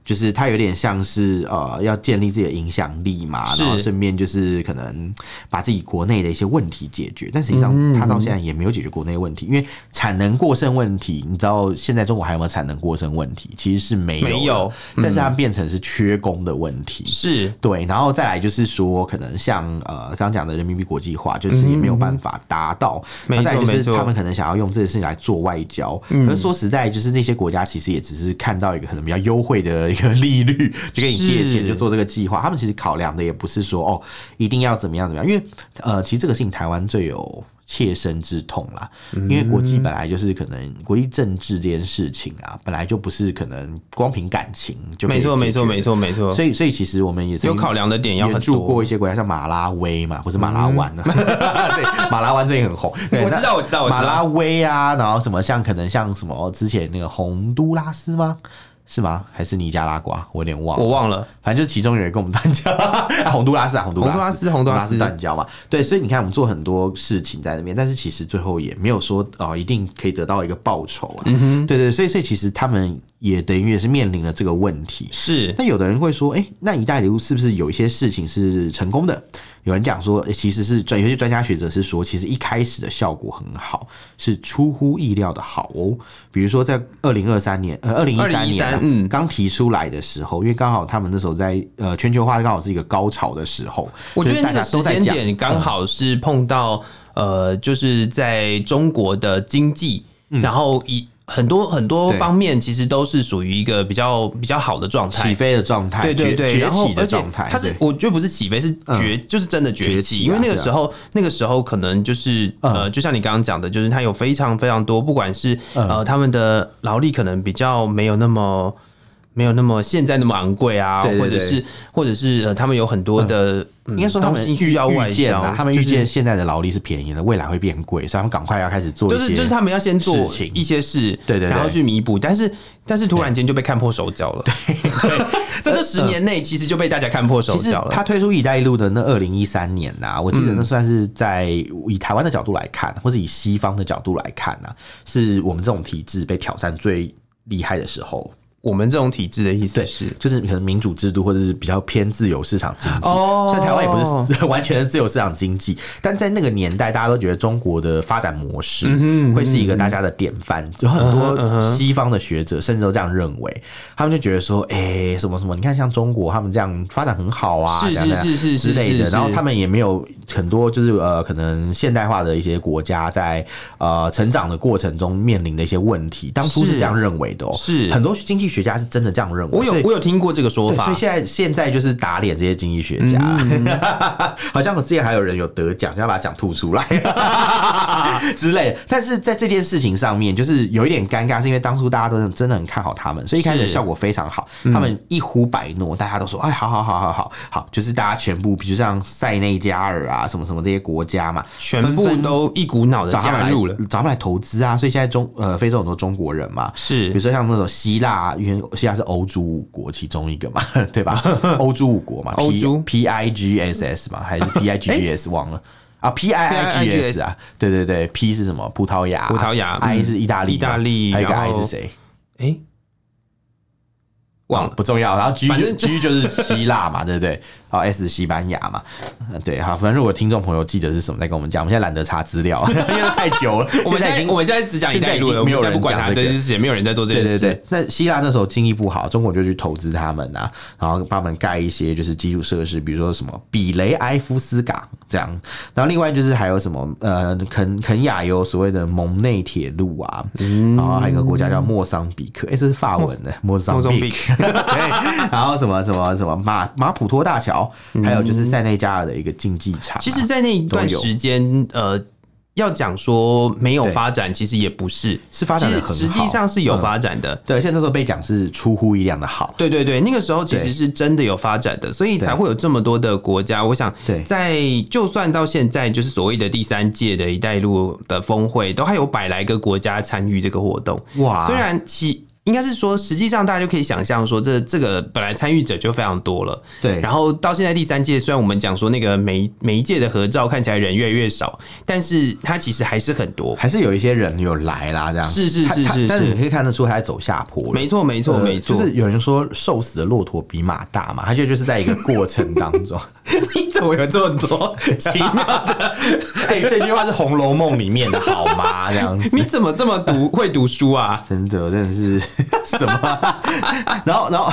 Speaker 1: 就是他有点像是呃，要建立自己的影响力嘛，
Speaker 2: 是
Speaker 1: 然后顺便就是可能把自己国内的一些问题解决，但实际
Speaker 2: 嗯
Speaker 1: 上他到现在也没有解决国内问题，因为产能过剩问题，你知道现在中国还有没有产能过剩问题？其实是没有的，
Speaker 2: 没有嗯
Speaker 1: 但是它变成是缺工的问题，
Speaker 2: 是
Speaker 1: 对，然后再来就是说，可能像呃刚刚讲的人民币国际化，就是也没有办法达到。
Speaker 2: 嗯没
Speaker 1: 那再来
Speaker 2: 错
Speaker 1: 就
Speaker 2: 没
Speaker 1: 是
Speaker 2: 错嗯
Speaker 1: 他们可能想要用这件事情来做外交，可是说实在，就是那些国家其实也只是看到一个可能比较优惠的一个利率，就跟你借钱
Speaker 2: 是
Speaker 1: 就做这个计划。他们其实考量的也不是说哦一定要怎么样怎么样，因为呃，其实这个事情台湾最有。切身之痛啦，
Speaker 2: 嗯
Speaker 1: 因为国际本来就是可能国际政治这件事情啊，本来就不是可能光凭感情就可以
Speaker 2: 没错，
Speaker 1: 解
Speaker 2: 没错，
Speaker 1: 决
Speaker 2: 没错，没错。
Speaker 1: 所以，所以其实我们也是
Speaker 2: 有考量的点要很
Speaker 1: 援助过
Speaker 2: 多。
Speaker 1: 一些国家，像马拉威嘛，不是马拉湾啊， 对，马拉湾最近 很红。对
Speaker 2: 我知道，我知道，我知
Speaker 1: 马拉
Speaker 2: 道。
Speaker 1: 威啊，然后什么像可能像什么之前那个洪都拉斯吗？是吗？还是尼加拉瓜？我有点忘了。
Speaker 2: 我忘了，
Speaker 1: 反正就其中有人跟我们断交， 啊洪都拉斯啊，洪都
Speaker 2: 洪都
Speaker 1: 拉
Speaker 2: 拉
Speaker 1: 斯，
Speaker 2: 斯洪都拉斯
Speaker 1: 断交嘛。对，所以你看，我们做很多事情在那边，但是其实最后也没有说啊、呃一定可以得到一个报酬啊。
Speaker 2: 嗯
Speaker 1: 对对，所以所以其实他们也等于也是面临了这个问题。
Speaker 2: 是
Speaker 1: 那有的人会说，哎、那一带一路是不是有一些事情是成功的？有人讲说，诶其实是专有些专家学者是说，其实一开始的效果很好，是出乎意料的好哦。比如说在二零二三年，呃，二零一三年啊、
Speaker 2: 2013嗯
Speaker 1: 刚提出来的时候，因为刚好他们那时候在呃全球化刚好是一个高潮的时候，
Speaker 2: 我觉得
Speaker 1: 就是大
Speaker 2: 那个
Speaker 1: 家
Speaker 2: 时
Speaker 1: 都在
Speaker 2: 间
Speaker 1: 讲。
Speaker 2: 点刚好是碰到呃，就是在中国的经济，然后以很多很多
Speaker 1: 嗯对
Speaker 2: 方面其实都是属于一个比较比较好的状态
Speaker 1: 起。飞的状态，
Speaker 2: 对对
Speaker 1: 崛
Speaker 2: 对，
Speaker 1: 崛
Speaker 2: 然后
Speaker 1: 起
Speaker 2: 而
Speaker 1: 的
Speaker 2: 且
Speaker 1: 状态，
Speaker 2: 它是
Speaker 1: 对
Speaker 2: 我觉得不是起飞，是崛，就是真的崛
Speaker 1: 崛
Speaker 2: 起。
Speaker 1: 起啊
Speaker 2: 因为那个
Speaker 1: 对啊嗯
Speaker 2: 时候，那个时候可能就是呃，就像你刚刚讲的，就是它有非常非常多，不管是
Speaker 1: 嗯
Speaker 2: 呃他们的劳力可能比较没有那么。没有那么现在那么昂贵啊，
Speaker 1: 对对
Speaker 2: 或者
Speaker 1: 对
Speaker 2: 是或者是呃，他们有很多的，嗯
Speaker 1: 应该说他
Speaker 2: 东
Speaker 1: 们
Speaker 2: 西
Speaker 1: 预
Speaker 2: 需要外
Speaker 1: 预见
Speaker 2: 销
Speaker 1: 啊，，他们预
Speaker 2: 就是
Speaker 1: 见现在的劳力是便宜的，未来会变贵，所以他们赶快要开始做一
Speaker 2: 就
Speaker 1: 些，
Speaker 2: 是就是他们要先做
Speaker 1: 事情
Speaker 2: 一些事，
Speaker 1: 对对对
Speaker 2: 然后去弥补，但是但是突然间就被看破手脚了， 对在这十年内其实就被大家看破手
Speaker 1: 其实
Speaker 2: 脚了，嗯
Speaker 1: 他推出“一带一路”的那二零一三年呐、我记得那算是在以台湾的角度来看，或是以西方的角度来看呐、是我们这种体制被挑战最厉害的时候。
Speaker 2: 我们这种体制的意思
Speaker 1: 对，
Speaker 2: 是，
Speaker 1: 就是可能民主制度或者是比较偏自由市场经济。
Speaker 2: 哦
Speaker 1: 虽然台湾也不是 完全是自由市场经济，但在那个年代，大家都觉得中国的发展模
Speaker 2: 嗯
Speaker 1: 式会是一个大家的典范，就很多西方的学者甚至都这样认为，他们就觉得说，哎、什么什么，你看像中国他们这样发展很好啊，
Speaker 2: 是
Speaker 1: 这样这样
Speaker 2: 是是是
Speaker 1: 之类
Speaker 2: 是
Speaker 1: 的，
Speaker 2: 是
Speaker 1: 然后他们也没有很多就是呃，可能现代化的一些国家在呃成长的过程中面临的一些问题，当初是
Speaker 2: 是
Speaker 1: 这样认为的哦、
Speaker 2: 是
Speaker 1: 很多经济学家是真的这样认为，
Speaker 2: 我有
Speaker 1: 所以
Speaker 2: 我有听过这个说
Speaker 1: 对，所
Speaker 2: 法嗯
Speaker 1: 以，现在现在就是打脸这些经济学家， 好像我之前还有人有得奖，要把奖吐出来 之类的。但是在这件事情上面，就是有一点尴尬，是因为当初大家都是真的很看好他们，所以一开始
Speaker 2: 是嗯
Speaker 1: 效果非常好，他们一呼百诺，大家都说哎，好好好好好好，就是大家全部，比如像塞内加尔啊什么什么这些国家嘛，
Speaker 2: 全部
Speaker 1: 纷纷
Speaker 2: 都一股脑的
Speaker 1: 找他们
Speaker 2: 加
Speaker 1: 来
Speaker 2: 入了，，
Speaker 1: 找他们来投资啊，所以现在中呃非洲很多中国人嘛，比如
Speaker 2: 是
Speaker 1: 说像那种希腊，啊因为希腊是欧洲五国其中一个嘛，对吧？欧洲五国嘛，
Speaker 2: 欧洲
Speaker 1: P I G S S 嘛， 还是 P I G G S 忘了。啊，P I I G S 啊，对对对，P 是什么？葡萄牙，
Speaker 2: 葡萄牙嗯
Speaker 1: ，I 是意大利嘛，
Speaker 2: 意大利
Speaker 1: 还有一个
Speaker 2: 然
Speaker 1: I
Speaker 2: 后
Speaker 1: 是谁？
Speaker 2: 哎，忘了
Speaker 1: 不重要。然后 G
Speaker 2: 反
Speaker 1: 就
Speaker 2: 正
Speaker 1: G 就是希腊嘛，对不对？好，S 是西班牙嘛，呃对，好，反正如果听众朋友记得是什么，再跟我们讲。我们现在懒得查资料， 因为太久了，
Speaker 2: 我
Speaker 1: 现
Speaker 2: 们
Speaker 1: 在已经
Speaker 2: 现在我们现在只讲一
Speaker 1: 现在
Speaker 2: 带一路
Speaker 1: 已经
Speaker 2: 了，我
Speaker 1: 没有
Speaker 2: 们现在
Speaker 1: 人
Speaker 2: 不管
Speaker 1: 讲
Speaker 2: 它
Speaker 1: 这
Speaker 2: 这
Speaker 1: 个
Speaker 2: 件事情，没有人在做这
Speaker 1: 对
Speaker 2: 件
Speaker 1: 对
Speaker 2: 事，
Speaker 1: 对，那希腊那时候经济不好，中国就去投资他们啊，然后帮他们盖一些就是基础设施，比如说什么比雷埃夫斯港这样。然后另外就是还有什么呃肯肯雅有所谓的蒙内铁路啊，然后还有一个国家叫莫桑比克，哎、这是法文的、莫桑
Speaker 2: 嗯莫
Speaker 1: 比克
Speaker 2: 桑比，克
Speaker 1: 对，然后什么什么什么马马普托大桥，还有就是塞内加尔的一个竞技场啊、
Speaker 2: 嗯其实，在那一段
Speaker 1: 都有
Speaker 2: 时间，呃，要讲说没有
Speaker 1: 对
Speaker 2: 发展，其实也不是，
Speaker 1: 是发展得
Speaker 2: 其实
Speaker 1: 很
Speaker 2: 实际
Speaker 1: 好
Speaker 2: 上是有
Speaker 1: 嗯
Speaker 2: 发展的。
Speaker 1: 对，而且那时候被讲是出乎意料的好。
Speaker 2: 对对对，那个时候其
Speaker 1: 对
Speaker 2: 实是真的有发展的，所以才会有这么多的国家。我想
Speaker 1: 对，
Speaker 2: 在就算到现在，就是所谓的第三届的“一带一路”的峰会，都还有百来个国家参与这个活动。
Speaker 1: 哇
Speaker 2: 虽然其应该是说，实际上大家就可以想象说这，这个本来参与者就非常多了。
Speaker 1: 对
Speaker 2: 然后到现在第三届，虽然我们讲说那个每一每一届的合照看起来人越来越少，但是它其实还是很多。
Speaker 1: 还是有一些人有来啦，这样
Speaker 2: 是是
Speaker 1: 他
Speaker 2: 是
Speaker 1: 他
Speaker 2: 是
Speaker 1: 但是
Speaker 2: 是
Speaker 1: 你可以看得出他在走下坡了，
Speaker 2: 没错，没错，
Speaker 1: 呃
Speaker 2: 没错。
Speaker 1: 就是有人说瘦死的骆驼比马大嘛，他就就是在一个过程当 中。
Speaker 2: 你怎么有这 么多奇妙的？
Speaker 1: 哎、这句话是《红楼梦》里面的好吗？这样子
Speaker 2: 你。怎么这么读会读书啊？
Speaker 1: 真的，真的是什么啊、然后，然后，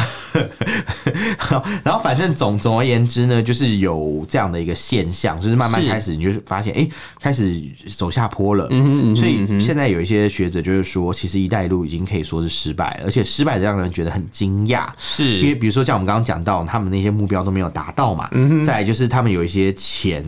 Speaker 1: 然后，反正总总而言之呢，就是有这样的一个现象，就是慢慢
Speaker 2: 是
Speaker 1: 开始你就发现，哎、开始走下坡了。
Speaker 2: 嗯哼嗯哼
Speaker 1: 所以现在有一些学者就是说，其实“一带一路”已经可以说是失败了，而且失败的让人觉得很惊讶。因为
Speaker 2: 是
Speaker 1: 比如说像我们刚刚讲到，他们那些目标都没有达到嘛，嗯、再来就是他们有一些钱。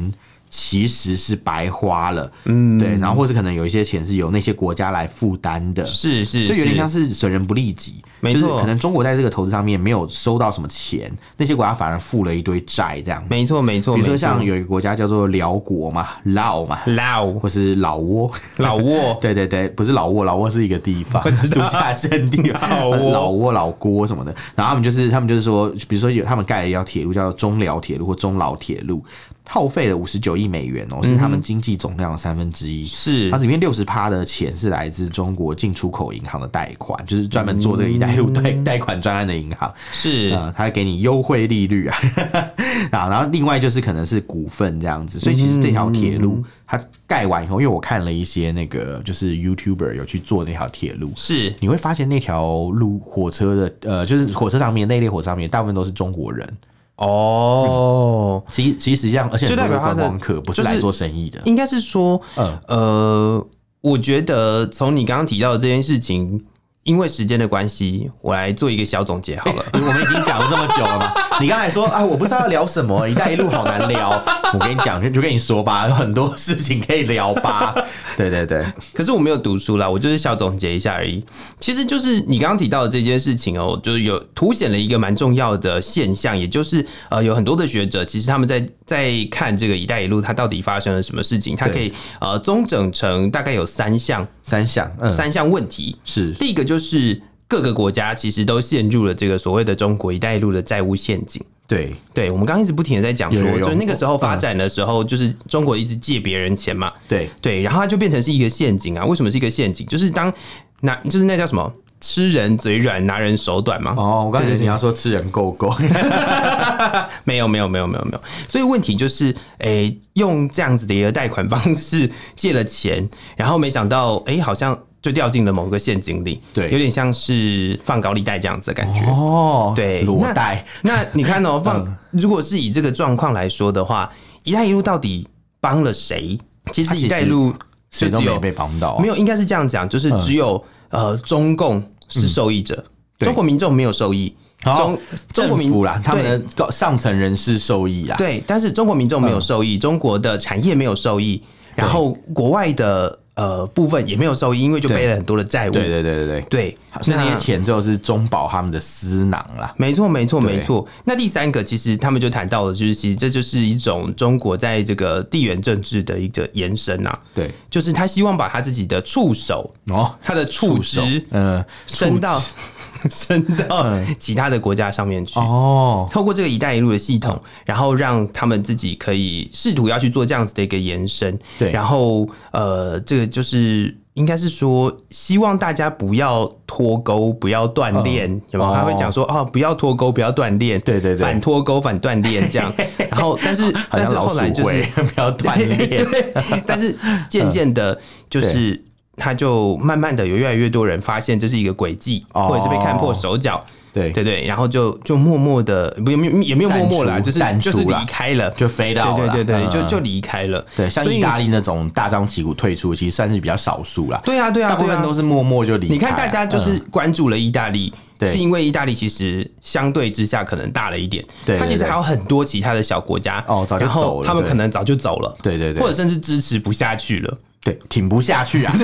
Speaker 1: 其实是白花了，嗯，对，然后或是可能有一些钱是由那些国家来负担的，
Speaker 2: 是是，
Speaker 1: 就有点
Speaker 2: 是
Speaker 1: 像是损人不利己，
Speaker 2: 没
Speaker 1: 就是
Speaker 2: 错
Speaker 1: 可能中国在这个投资上面没有收到什么钱，那些国家反而负了一堆债这样子。
Speaker 2: 没错没错，
Speaker 1: 比如说
Speaker 2: 没错
Speaker 1: 像有一个国家叫做辽国嘛，老嘛，
Speaker 2: 老
Speaker 1: 或是老挝。
Speaker 2: 老 挝
Speaker 1: 对对对，不是老挝，老挝是一个地方，是度假胜地，啊
Speaker 2: 老挝
Speaker 1: 老挝、老挝什么的。然后他们就是他们就是说，比如说有他们盖了一条铁路叫中辽铁路或中老铁路，耗费了五十九亿美元哦，是他
Speaker 2: 嗯
Speaker 1: 们经济总量的三分之一。
Speaker 2: 是
Speaker 1: 它里面六十趴的钱是来自中国进出口银行的贷款，就是专门做这个“一带一路”贷贷款专案的银行，
Speaker 2: 是
Speaker 1: 呃，它给你优惠利率啊， 啊，然后另外就是可能是股份这样子，所以其实这条铁路它盖完以后，因为我看了一些那个就是 YouTuber 有去做那条铁路。
Speaker 2: 是
Speaker 1: 你会发现那条路火车的，呃，就是火车上面那列火车上面，大部分都是中国人。
Speaker 2: 哦，
Speaker 1: 其实其实实际上，而且
Speaker 2: 就代表
Speaker 1: 很多是
Speaker 2: 它的
Speaker 1: 观光客不是
Speaker 2: 就是
Speaker 1: 来做生意的。
Speaker 2: 应该是说
Speaker 1: 嗯
Speaker 2: 呃，我觉得从你刚刚提到的这件事情，因为时间的关系，我来做一个小总结好了。
Speaker 1: 因为我们已经讲了这么久了嘛。 你刚才说啊，我不知道要聊什 么，“一带一路”好难聊。我跟你讲，就就跟你说吧，有很多事情可以聊吧。对对对，
Speaker 2: 可是我没有读书啦，我就是小总结一下而已。其实就是你刚刚提到的这件事情哦、就是有凸显了一个蛮重要的现象，也就是呃，有很多的学者其实他们在在看这个“一带一路”它到底发生了什么事情，它
Speaker 1: 对
Speaker 2: 可以呃综整成大概有三项、
Speaker 1: 三项，嗯，
Speaker 2: 三项问题。
Speaker 1: 是
Speaker 2: 第一个就是各个国家其实都陷入了这个所谓的中国“一带一路”的债务陷阱。
Speaker 1: 对，
Speaker 2: 对，我们刚刚一直不停的在讲说，
Speaker 1: 有有有嗯
Speaker 2: 就是那个时候发展的时候，就是中国一直借别人钱嘛，
Speaker 1: 对，
Speaker 2: 对，然后它就变成是一个陷阱啊。为什么是一个陷阱？就是当拿，就是那叫什么，吃人嘴软，拿人手短嘛。
Speaker 1: 哦，我刚才以为
Speaker 2: 对对
Speaker 1: 你要说吃人够够，
Speaker 2: 没有，没有，没有，没有，没有。所以问题就是，诶、用这样子的一个贷款方式借了钱，然后没想到，诶、好像就掉进了某个陷阱里。
Speaker 1: 对
Speaker 2: 有点像是放高利贷这样子的感觉。
Speaker 1: 哦，
Speaker 2: 对
Speaker 1: 裸贷，嗯
Speaker 2: 那你 看哦，放如果是以这个状况来说的话，“一带一路”到底帮了谁？其
Speaker 1: 它
Speaker 2: 实“
Speaker 1: 其实
Speaker 2: 一带一路”就
Speaker 1: 谁都
Speaker 2: 只
Speaker 1: 没
Speaker 2: 有
Speaker 1: 被帮到啊，
Speaker 2: 没有，应该是这样讲，
Speaker 1: 嗯
Speaker 2: 就是只有、呃中共是受益者，
Speaker 1: 对
Speaker 2: 中国民众没有受益。
Speaker 1: 哦
Speaker 2: 中中
Speaker 1: 政
Speaker 2: 国民
Speaker 1: 府啦，他们的
Speaker 2: 对
Speaker 1: 高上层人士受益啊啦，
Speaker 2: 对，但是中国民众没有受
Speaker 1: 嗯
Speaker 2: 益，中国的产业没有受益，然后国外的呃部分也没有受益，因为就
Speaker 1: 对
Speaker 2: 背了很多的债务。
Speaker 1: 对对对对对，
Speaker 2: 对，
Speaker 1: 是那
Speaker 2: 那
Speaker 1: 些钱就是中饱他们的私囊啦，
Speaker 2: 没错，没错，
Speaker 1: 对
Speaker 2: 没错。那第三个，其实他们就谈到了，就是其实这就是一种中国在这个地缘政治的一个延伸啊，
Speaker 1: 对，
Speaker 2: 就是他希望把他自己的触手、
Speaker 1: 哦，
Speaker 2: 他的触
Speaker 1: 手
Speaker 2: 枝，
Speaker 1: 嗯，
Speaker 2: 伸到 伸到其他的国家上面去。
Speaker 1: 哦，
Speaker 2: 透过这个“一带一路”的系统，然后让他们自己可以试图要去做这样子的一个延伸，
Speaker 1: 对
Speaker 2: 然后呃，这个就是应该是说，希望大家不要脱钩，不要断链，有没有？
Speaker 1: 哦
Speaker 2: 他会讲说，哦，不要脱钩，不要断链，
Speaker 1: 对对对
Speaker 2: 反脱钩，反断 链这样。然后，但是
Speaker 1: 好
Speaker 2: 但
Speaker 1: 像
Speaker 2: 是
Speaker 1: 老
Speaker 2: 后来
Speaker 1: 鼠
Speaker 2: 就是
Speaker 1: 会，不要断裂，
Speaker 2: 但是渐渐的，就是他就慢慢的有越来越多人发现这是一个诡计，
Speaker 1: 哦
Speaker 2: 或者是被看破手脚，
Speaker 1: 对
Speaker 2: 对对，然后就就默默的，不也没有也没有默默啦，
Speaker 1: 淡出
Speaker 2: 就是
Speaker 1: 淡出
Speaker 2: 就是离
Speaker 1: 啦
Speaker 2: 开了，
Speaker 1: 就飞到
Speaker 2: 对
Speaker 1: 了啦，
Speaker 2: 对对对，
Speaker 1: 嗯
Speaker 2: 就就离开了，
Speaker 1: 对，像
Speaker 2: 所以
Speaker 1: 意大利那种大张旗鼓退出，其实算是比较少数啦。
Speaker 2: 对啊对啊
Speaker 1: 大部
Speaker 2: 对啊
Speaker 1: 分都是默默就离开啊。
Speaker 2: 你看，大家就是关注了意大利，
Speaker 1: 对
Speaker 2: 是因为意大利其实相对之下可能大了一点，
Speaker 1: 对对
Speaker 2: 它其实还有很多其他的小国家
Speaker 1: 哦早就
Speaker 2: 然后
Speaker 1: 走了
Speaker 2: 他们
Speaker 1: 对
Speaker 2: 可能早就走了，
Speaker 1: 对对对
Speaker 2: 或者甚至支持不下去了。
Speaker 1: 对挺不下去 啊。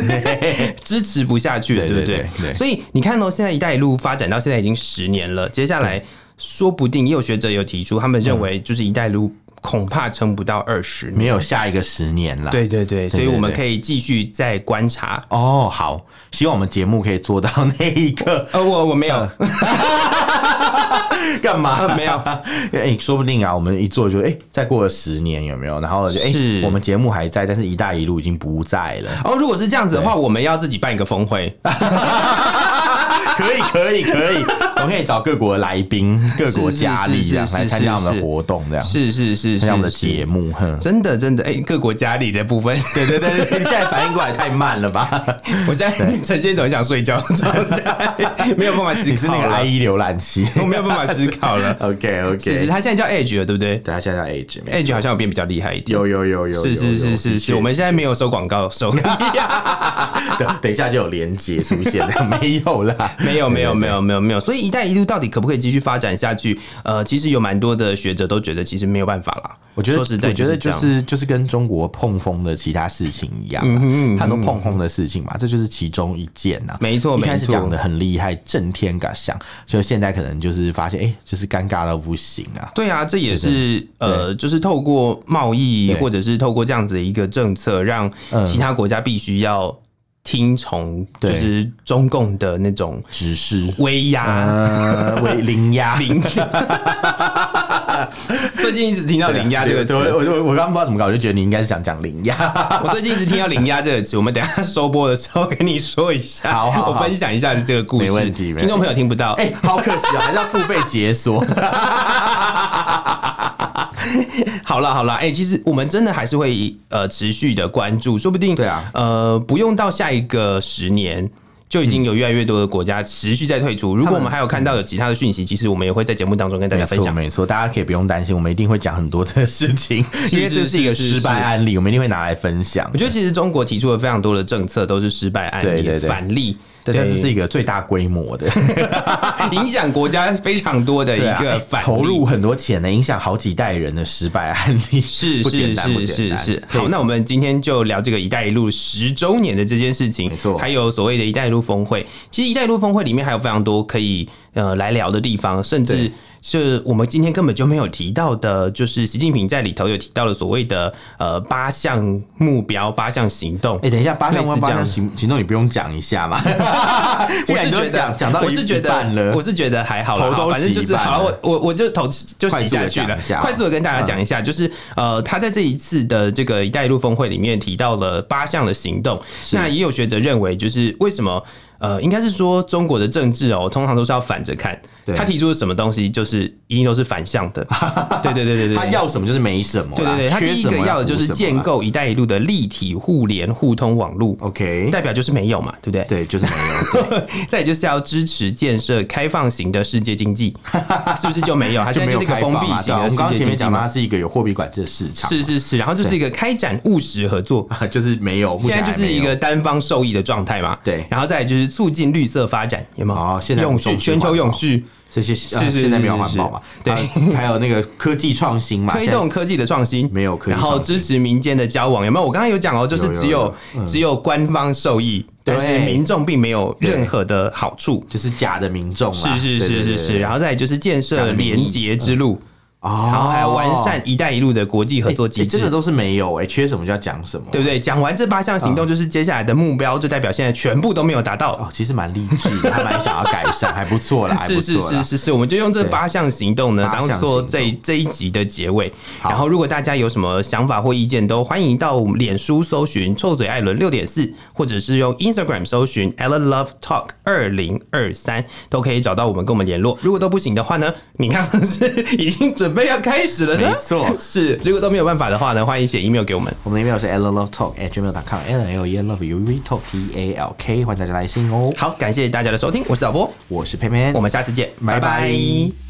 Speaker 2: 支持不下去了，
Speaker 1: 对
Speaker 2: 对
Speaker 1: 对
Speaker 2: 不对
Speaker 1: 对对
Speaker 2: 所以你看哦，现在“一带一路”发展到现在已经十年了，接下来说不定也有学者有提出，他们认
Speaker 1: 嗯
Speaker 2: 为就是“一带一路”恐怕撑不到二十年。
Speaker 1: 没有下一个十年啦。
Speaker 2: 对对对，所以
Speaker 1: 嗯对
Speaker 2: 我们
Speaker 1: 对
Speaker 2: 可以继续再观察。
Speaker 1: 哦，好，希望我们节目可以做到那一个。
Speaker 2: 呃，我我没有，
Speaker 1: 嗯 干嘛？
Speaker 2: 没有
Speaker 1: 哎、说不定啊，我们一做就哎、再过了十年有没有？然后就哎、
Speaker 2: 是
Speaker 1: 我们节目还在，但是“一带一路”已经不在了。
Speaker 2: 哦，如果是这样子的话，我们要自己办一个峰会。
Speaker 1: 可以，可以，可以，我们可以找各国的来宾、各国佳丽这样
Speaker 2: 是是是是
Speaker 1: 来参加我们
Speaker 2: 是
Speaker 1: 的
Speaker 2: 是
Speaker 1: 活动，这样
Speaker 2: 是是是
Speaker 1: 参
Speaker 2: 是
Speaker 1: 啊加我们的节
Speaker 2: 目，
Speaker 1: 目。哼，
Speaker 2: 真的真的，哎、各国家里的部分，
Speaker 1: 对对对对，你现在反应过来太慢了 吧？
Speaker 2: 我现在呈现一种想睡觉的状 态，没有办法思考了，欸
Speaker 1: 你是那个 IE 浏览器
Speaker 2: 我没有办法思考了。
Speaker 1: ？OK
Speaker 2: 是
Speaker 1: OK，
Speaker 2: 是，他现在叫 Edge 了，对不对
Speaker 1: 对他现在叫 Age 没
Speaker 2: ？Edge
Speaker 1: 错
Speaker 2: 好像有变比较厉害一点。
Speaker 1: 有有有有，
Speaker 2: 是
Speaker 1: 有啊
Speaker 2: 是是是是，我们现在没有收广告收，
Speaker 1: 等等一下就有连接出现 了，没有啦，
Speaker 2: 没有没有
Speaker 1: 对
Speaker 2: 没有没有没有，所以“一带一路”到底可不可以继续发展下去？呃，其实有蛮多的学者都觉得其实没有办法啦。
Speaker 1: 我觉得，
Speaker 2: 说实在
Speaker 1: 我觉得
Speaker 2: 这
Speaker 1: 就
Speaker 2: 样
Speaker 1: 是就是跟中国碰风的其他事情一样、啊，它很多碰风的事情嘛，这就是其中一件呐、啊。
Speaker 2: 没错
Speaker 1: 一开始
Speaker 2: 没错
Speaker 1: 讲的很厉害，震天嘎响，就现在可能就是发现，哎、就是尴尬到不行啊。
Speaker 2: 对啊，这也是呃，就是透过贸易
Speaker 1: 对
Speaker 2: 或者是透过这样子的一个政策，让
Speaker 1: 嗯
Speaker 2: 其他国家必须要听从，就
Speaker 1: 对
Speaker 2: 是中共的那种
Speaker 1: 只 是
Speaker 2: 威压。
Speaker 1: 呃， 为零压
Speaker 2: 零最近一直听到“零压”这个词，
Speaker 1: 对我我我我刚刚不知道怎么搞，我就觉得你应该是想讲零压。
Speaker 2: 我最近一直听到“零压”这个词，我们等一下收播的时候跟你说一下，
Speaker 1: 好 好好
Speaker 2: 我分享一下这个故事，
Speaker 1: 没问题没问题
Speaker 2: 听众朋友听不到，
Speaker 1: 哎、好可惜啊，还是要付费解 锁。
Speaker 2: 好了好了，哎、其实我们真的还是会呃持续的关注，说不定
Speaker 1: 对啊，
Speaker 2: 呃，不用到下一个十年。就已经有越来越多的国家持续在退
Speaker 1: 嗯
Speaker 2: 出。如果我们还有看到有其他的讯息，其实我们也会在节目当中跟大家
Speaker 1: 没
Speaker 2: 分
Speaker 1: 错，
Speaker 2: 享。
Speaker 1: 没错，大家可以不用担心，我们一定会讲很多这个事情，因为这是一个
Speaker 2: 是是
Speaker 1: 失败
Speaker 2: 是
Speaker 1: 案例，我们一定会拿来分享
Speaker 2: 我。觉得其实中国提出了非常多的政策，都是失败案例、
Speaker 1: 对对对
Speaker 2: 反例，
Speaker 1: 对， 但是是
Speaker 2: 对
Speaker 1: 一个最大规模的
Speaker 2: 影响国家非常多的一
Speaker 1: 对啊
Speaker 2: 个
Speaker 1: 哎
Speaker 2: 反例。
Speaker 1: 投入很多钱呢，影响好几代人的失败案例，
Speaker 2: 是
Speaker 1: 不简
Speaker 2: 是
Speaker 1: 单，不
Speaker 2: 是
Speaker 1: 简
Speaker 2: 是
Speaker 1: 单
Speaker 2: 是，
Speaker 1: 佩服
Speaker 2: 好，那我们今天就聊这个“一带一路”十周年的这件事情，
Speaker 1: 没错
Speaker 2: 还有所谓的“一带一路”峰会。其实“一带一路”峰会里面还有非常多可以呃来聊的地方，甚至
Speaker 1: 对
Speaker 2: 是我们今天根本就没有提到的，就是习近平在里头有提到了所谓的呃八项目标、八项行动
Speaker 1: 哎、。等一下，八项
Speaker 2: 类
Speaker 1: 弯
Speaker 2: 似
Speaker 1: 八
Speaker 2: 这样
Speaker 1: 项行行动，你不用讲一下 嘛？既
Speaker 2: 我
Speaker 1: 然
Speaker 2: 是
Speaker 1: 你都
Speaker 2: 觉得
Speaker 1: 讲讲到
Speaker 2: 我
Speaker 1: 一
Speaker 2: 是觉
Speaker 1: 一半
Speaker 2: 得，
Speaker 1: 了
Speaker 2: 我是觉得还好啦，
Speaker 1: 头都
Speaker 2: 好反正就是
Speaker 1: 洗一半
Speaker 2: 好，我
Speaker 1: 了
Speaker 2: 我我就头就洗下去
Speaker 1: 快速地讲
Speaker 2: 了
Speaker 1: 一。下啊嗯
Speaker 2: 快速的跟大家讲一下，就是呃，他在这一次的这个“一带一路”峰会里面提到了八项的行动，那也有学者认为，就是为什么呃，应该是说中国的政治哦，通常都是要反着看。
Speaker 1: 对
Speaker 2: 他提出的什么东西，就是一定都是反向 的。对对对对对，
Speaker 1: 他要什么就是没什么啦，
Speaker 2: 对对对，他
Speaker 1: 缺
Speaker 2: 第一
Speaker 1: 什
Speaker 2: 个
Speaker 1: 么
Speaker 2: 要的就是
Speaker 1: 补什么
Speaker 2: 建
Speaker 1: 啦。
Speaker 2: 构“一带一路”的立体互联互通网络。
Speaker 1: OK，
Speaker 2: 代表就是没有嘛，对不对？
Speaker 1: 对，就是没 有，
Speaker 2: 再就是要支持建设开放型的世界 经济，是不是就没有？它现在
Speaker 1: 没
Speaker 2: 就
Speaker 1: 有
Speaker 2: 是一个
Speaker 1: 开
Speaker 2: 封
Speaker 1: 放
Speaker 2: 闭
Speaker 1: 嘛对
Speaker 2: 型
Speaker 1: 啊我
Speaker 2: 的
Speaker 1: 们
Speaker 2: 世
Speaker 1: 刚刚前
Speaker 2: 界经
Speaker 1: 面
Speaker 2: 济
Speaker 1: 讲到，它
Speaker 2: 嘛。
Speaker 1: 是一个有货币管制的市场嘛，
Speaker 2: 是是是，然后就是一个开展务实合作，
Speaker 1: 啊， 就是没有，目
Speaker 2: 现
Speaker 1: 前
Speaker 2: 在就
Speaker 1: 还
Speaker 2: 是
Speaker 1: 没
Speaker 2: 一
Speaker 1: 有
Speaker 2: 个单方受益的状态嘛。
Speaker 1: 对
Speaker 2: 然后再来就是促进绿色发展，有没有？
Speaker 1: 哦现在
Speaker 2: 永
Speaker 1: 不
Speaker 2: 续
Speaker 1: 重视
Speaker 2: 全球
Speaker 1: 环保
Speaker 2: 永续，
Speaker 1: 这些
Speaker 2: 是
Speaker 1: 呃
Speaker 2: 是
Speaker 1: 现在没有
Speaker 2: 是
Speaker 1: 环
Speaker 2: 是
Speaker 1: 保嘛，
Speaker 2: 对
Speaker 1: 啊还有那个科技创新嘛，
Speaker 2: 推
Speaker 1: 现在
Speaker 2: 动科技的创新，
Speaker 1: 没有科技
Speaker 2: 然后
Speaker 1: 创新
Speaker 2: 支持民间的交往，有没有？我刚刚有讲哦，就是
Speaker 1: 有有嗯
Speaker 2: 只有只有官方受益，但是
Speaker 1: 对
Speaker 2: 民众并没有任何的好处。
Speaker 1: 就是假的民众啦，
Speaker 2: 是是
Speaker 1: 对
Speaker 2: 是是是，然后再来就是
Speaker 1: 讲
Speaker 2: 建设
Speaker 1: 得明
Speaker 2: 连
Speaker 1: 义
Speaker 2: 结之路。
Speaker 1: 哦，
Speaker 2: 然后还有完善“一带一路”的国际合
Speaker 1: 合
Speaker 2: 作机制，
Speaker 1: 真的都是没有哎、缺什么就要讲什么，
Speaker 2: 对不对？讲完这八项
Speaker 1: 啊
Speaker 2: 行动，就是接下来的目标，就代表现在全部都没有达到。
Speaker 1: 哦，其实蛮励志的， 还蛮想要改善，还不错啦，还不
Speaker 2: 是是
Speaker 1: 错啦。
Speaker 2: 是是是，我们就用这八项行动呢，
Speaker 1: 八项
Speaker 2: 当做
Speaker 1: 行动
Speaker 2: 这这一集的结尾。
Speaker 1: 好
Speaker 2: 然后，如果大家有什么想法或意见，都欢迎到我们脸书搜寻“臭嘴艾伦六点四”，或者是用 Instagram 搜寻 “Allen Love Talk 二零二三”，都可以找到我们，跟我们联络。如果都不行的话呢，你看是不是已经准备要开始了呢？
Speaker 1: 没错
Speaker 2: 是。如果都没有办法的话呢，欢迎写 email 给我们。
Speaker 1: 我们的 email 是 l love talk at gmail dot com l l e love u v talk t a l k，欢迎大家来信哦。
Speaker 2: 好，感谢大家的收听，我是导播，
Speaker 1: 我是佩佩，
Speaker 2: 我们下次见，
Speaker 1: 拜
Speaker 2: 拜拜
Speaker 1: 拜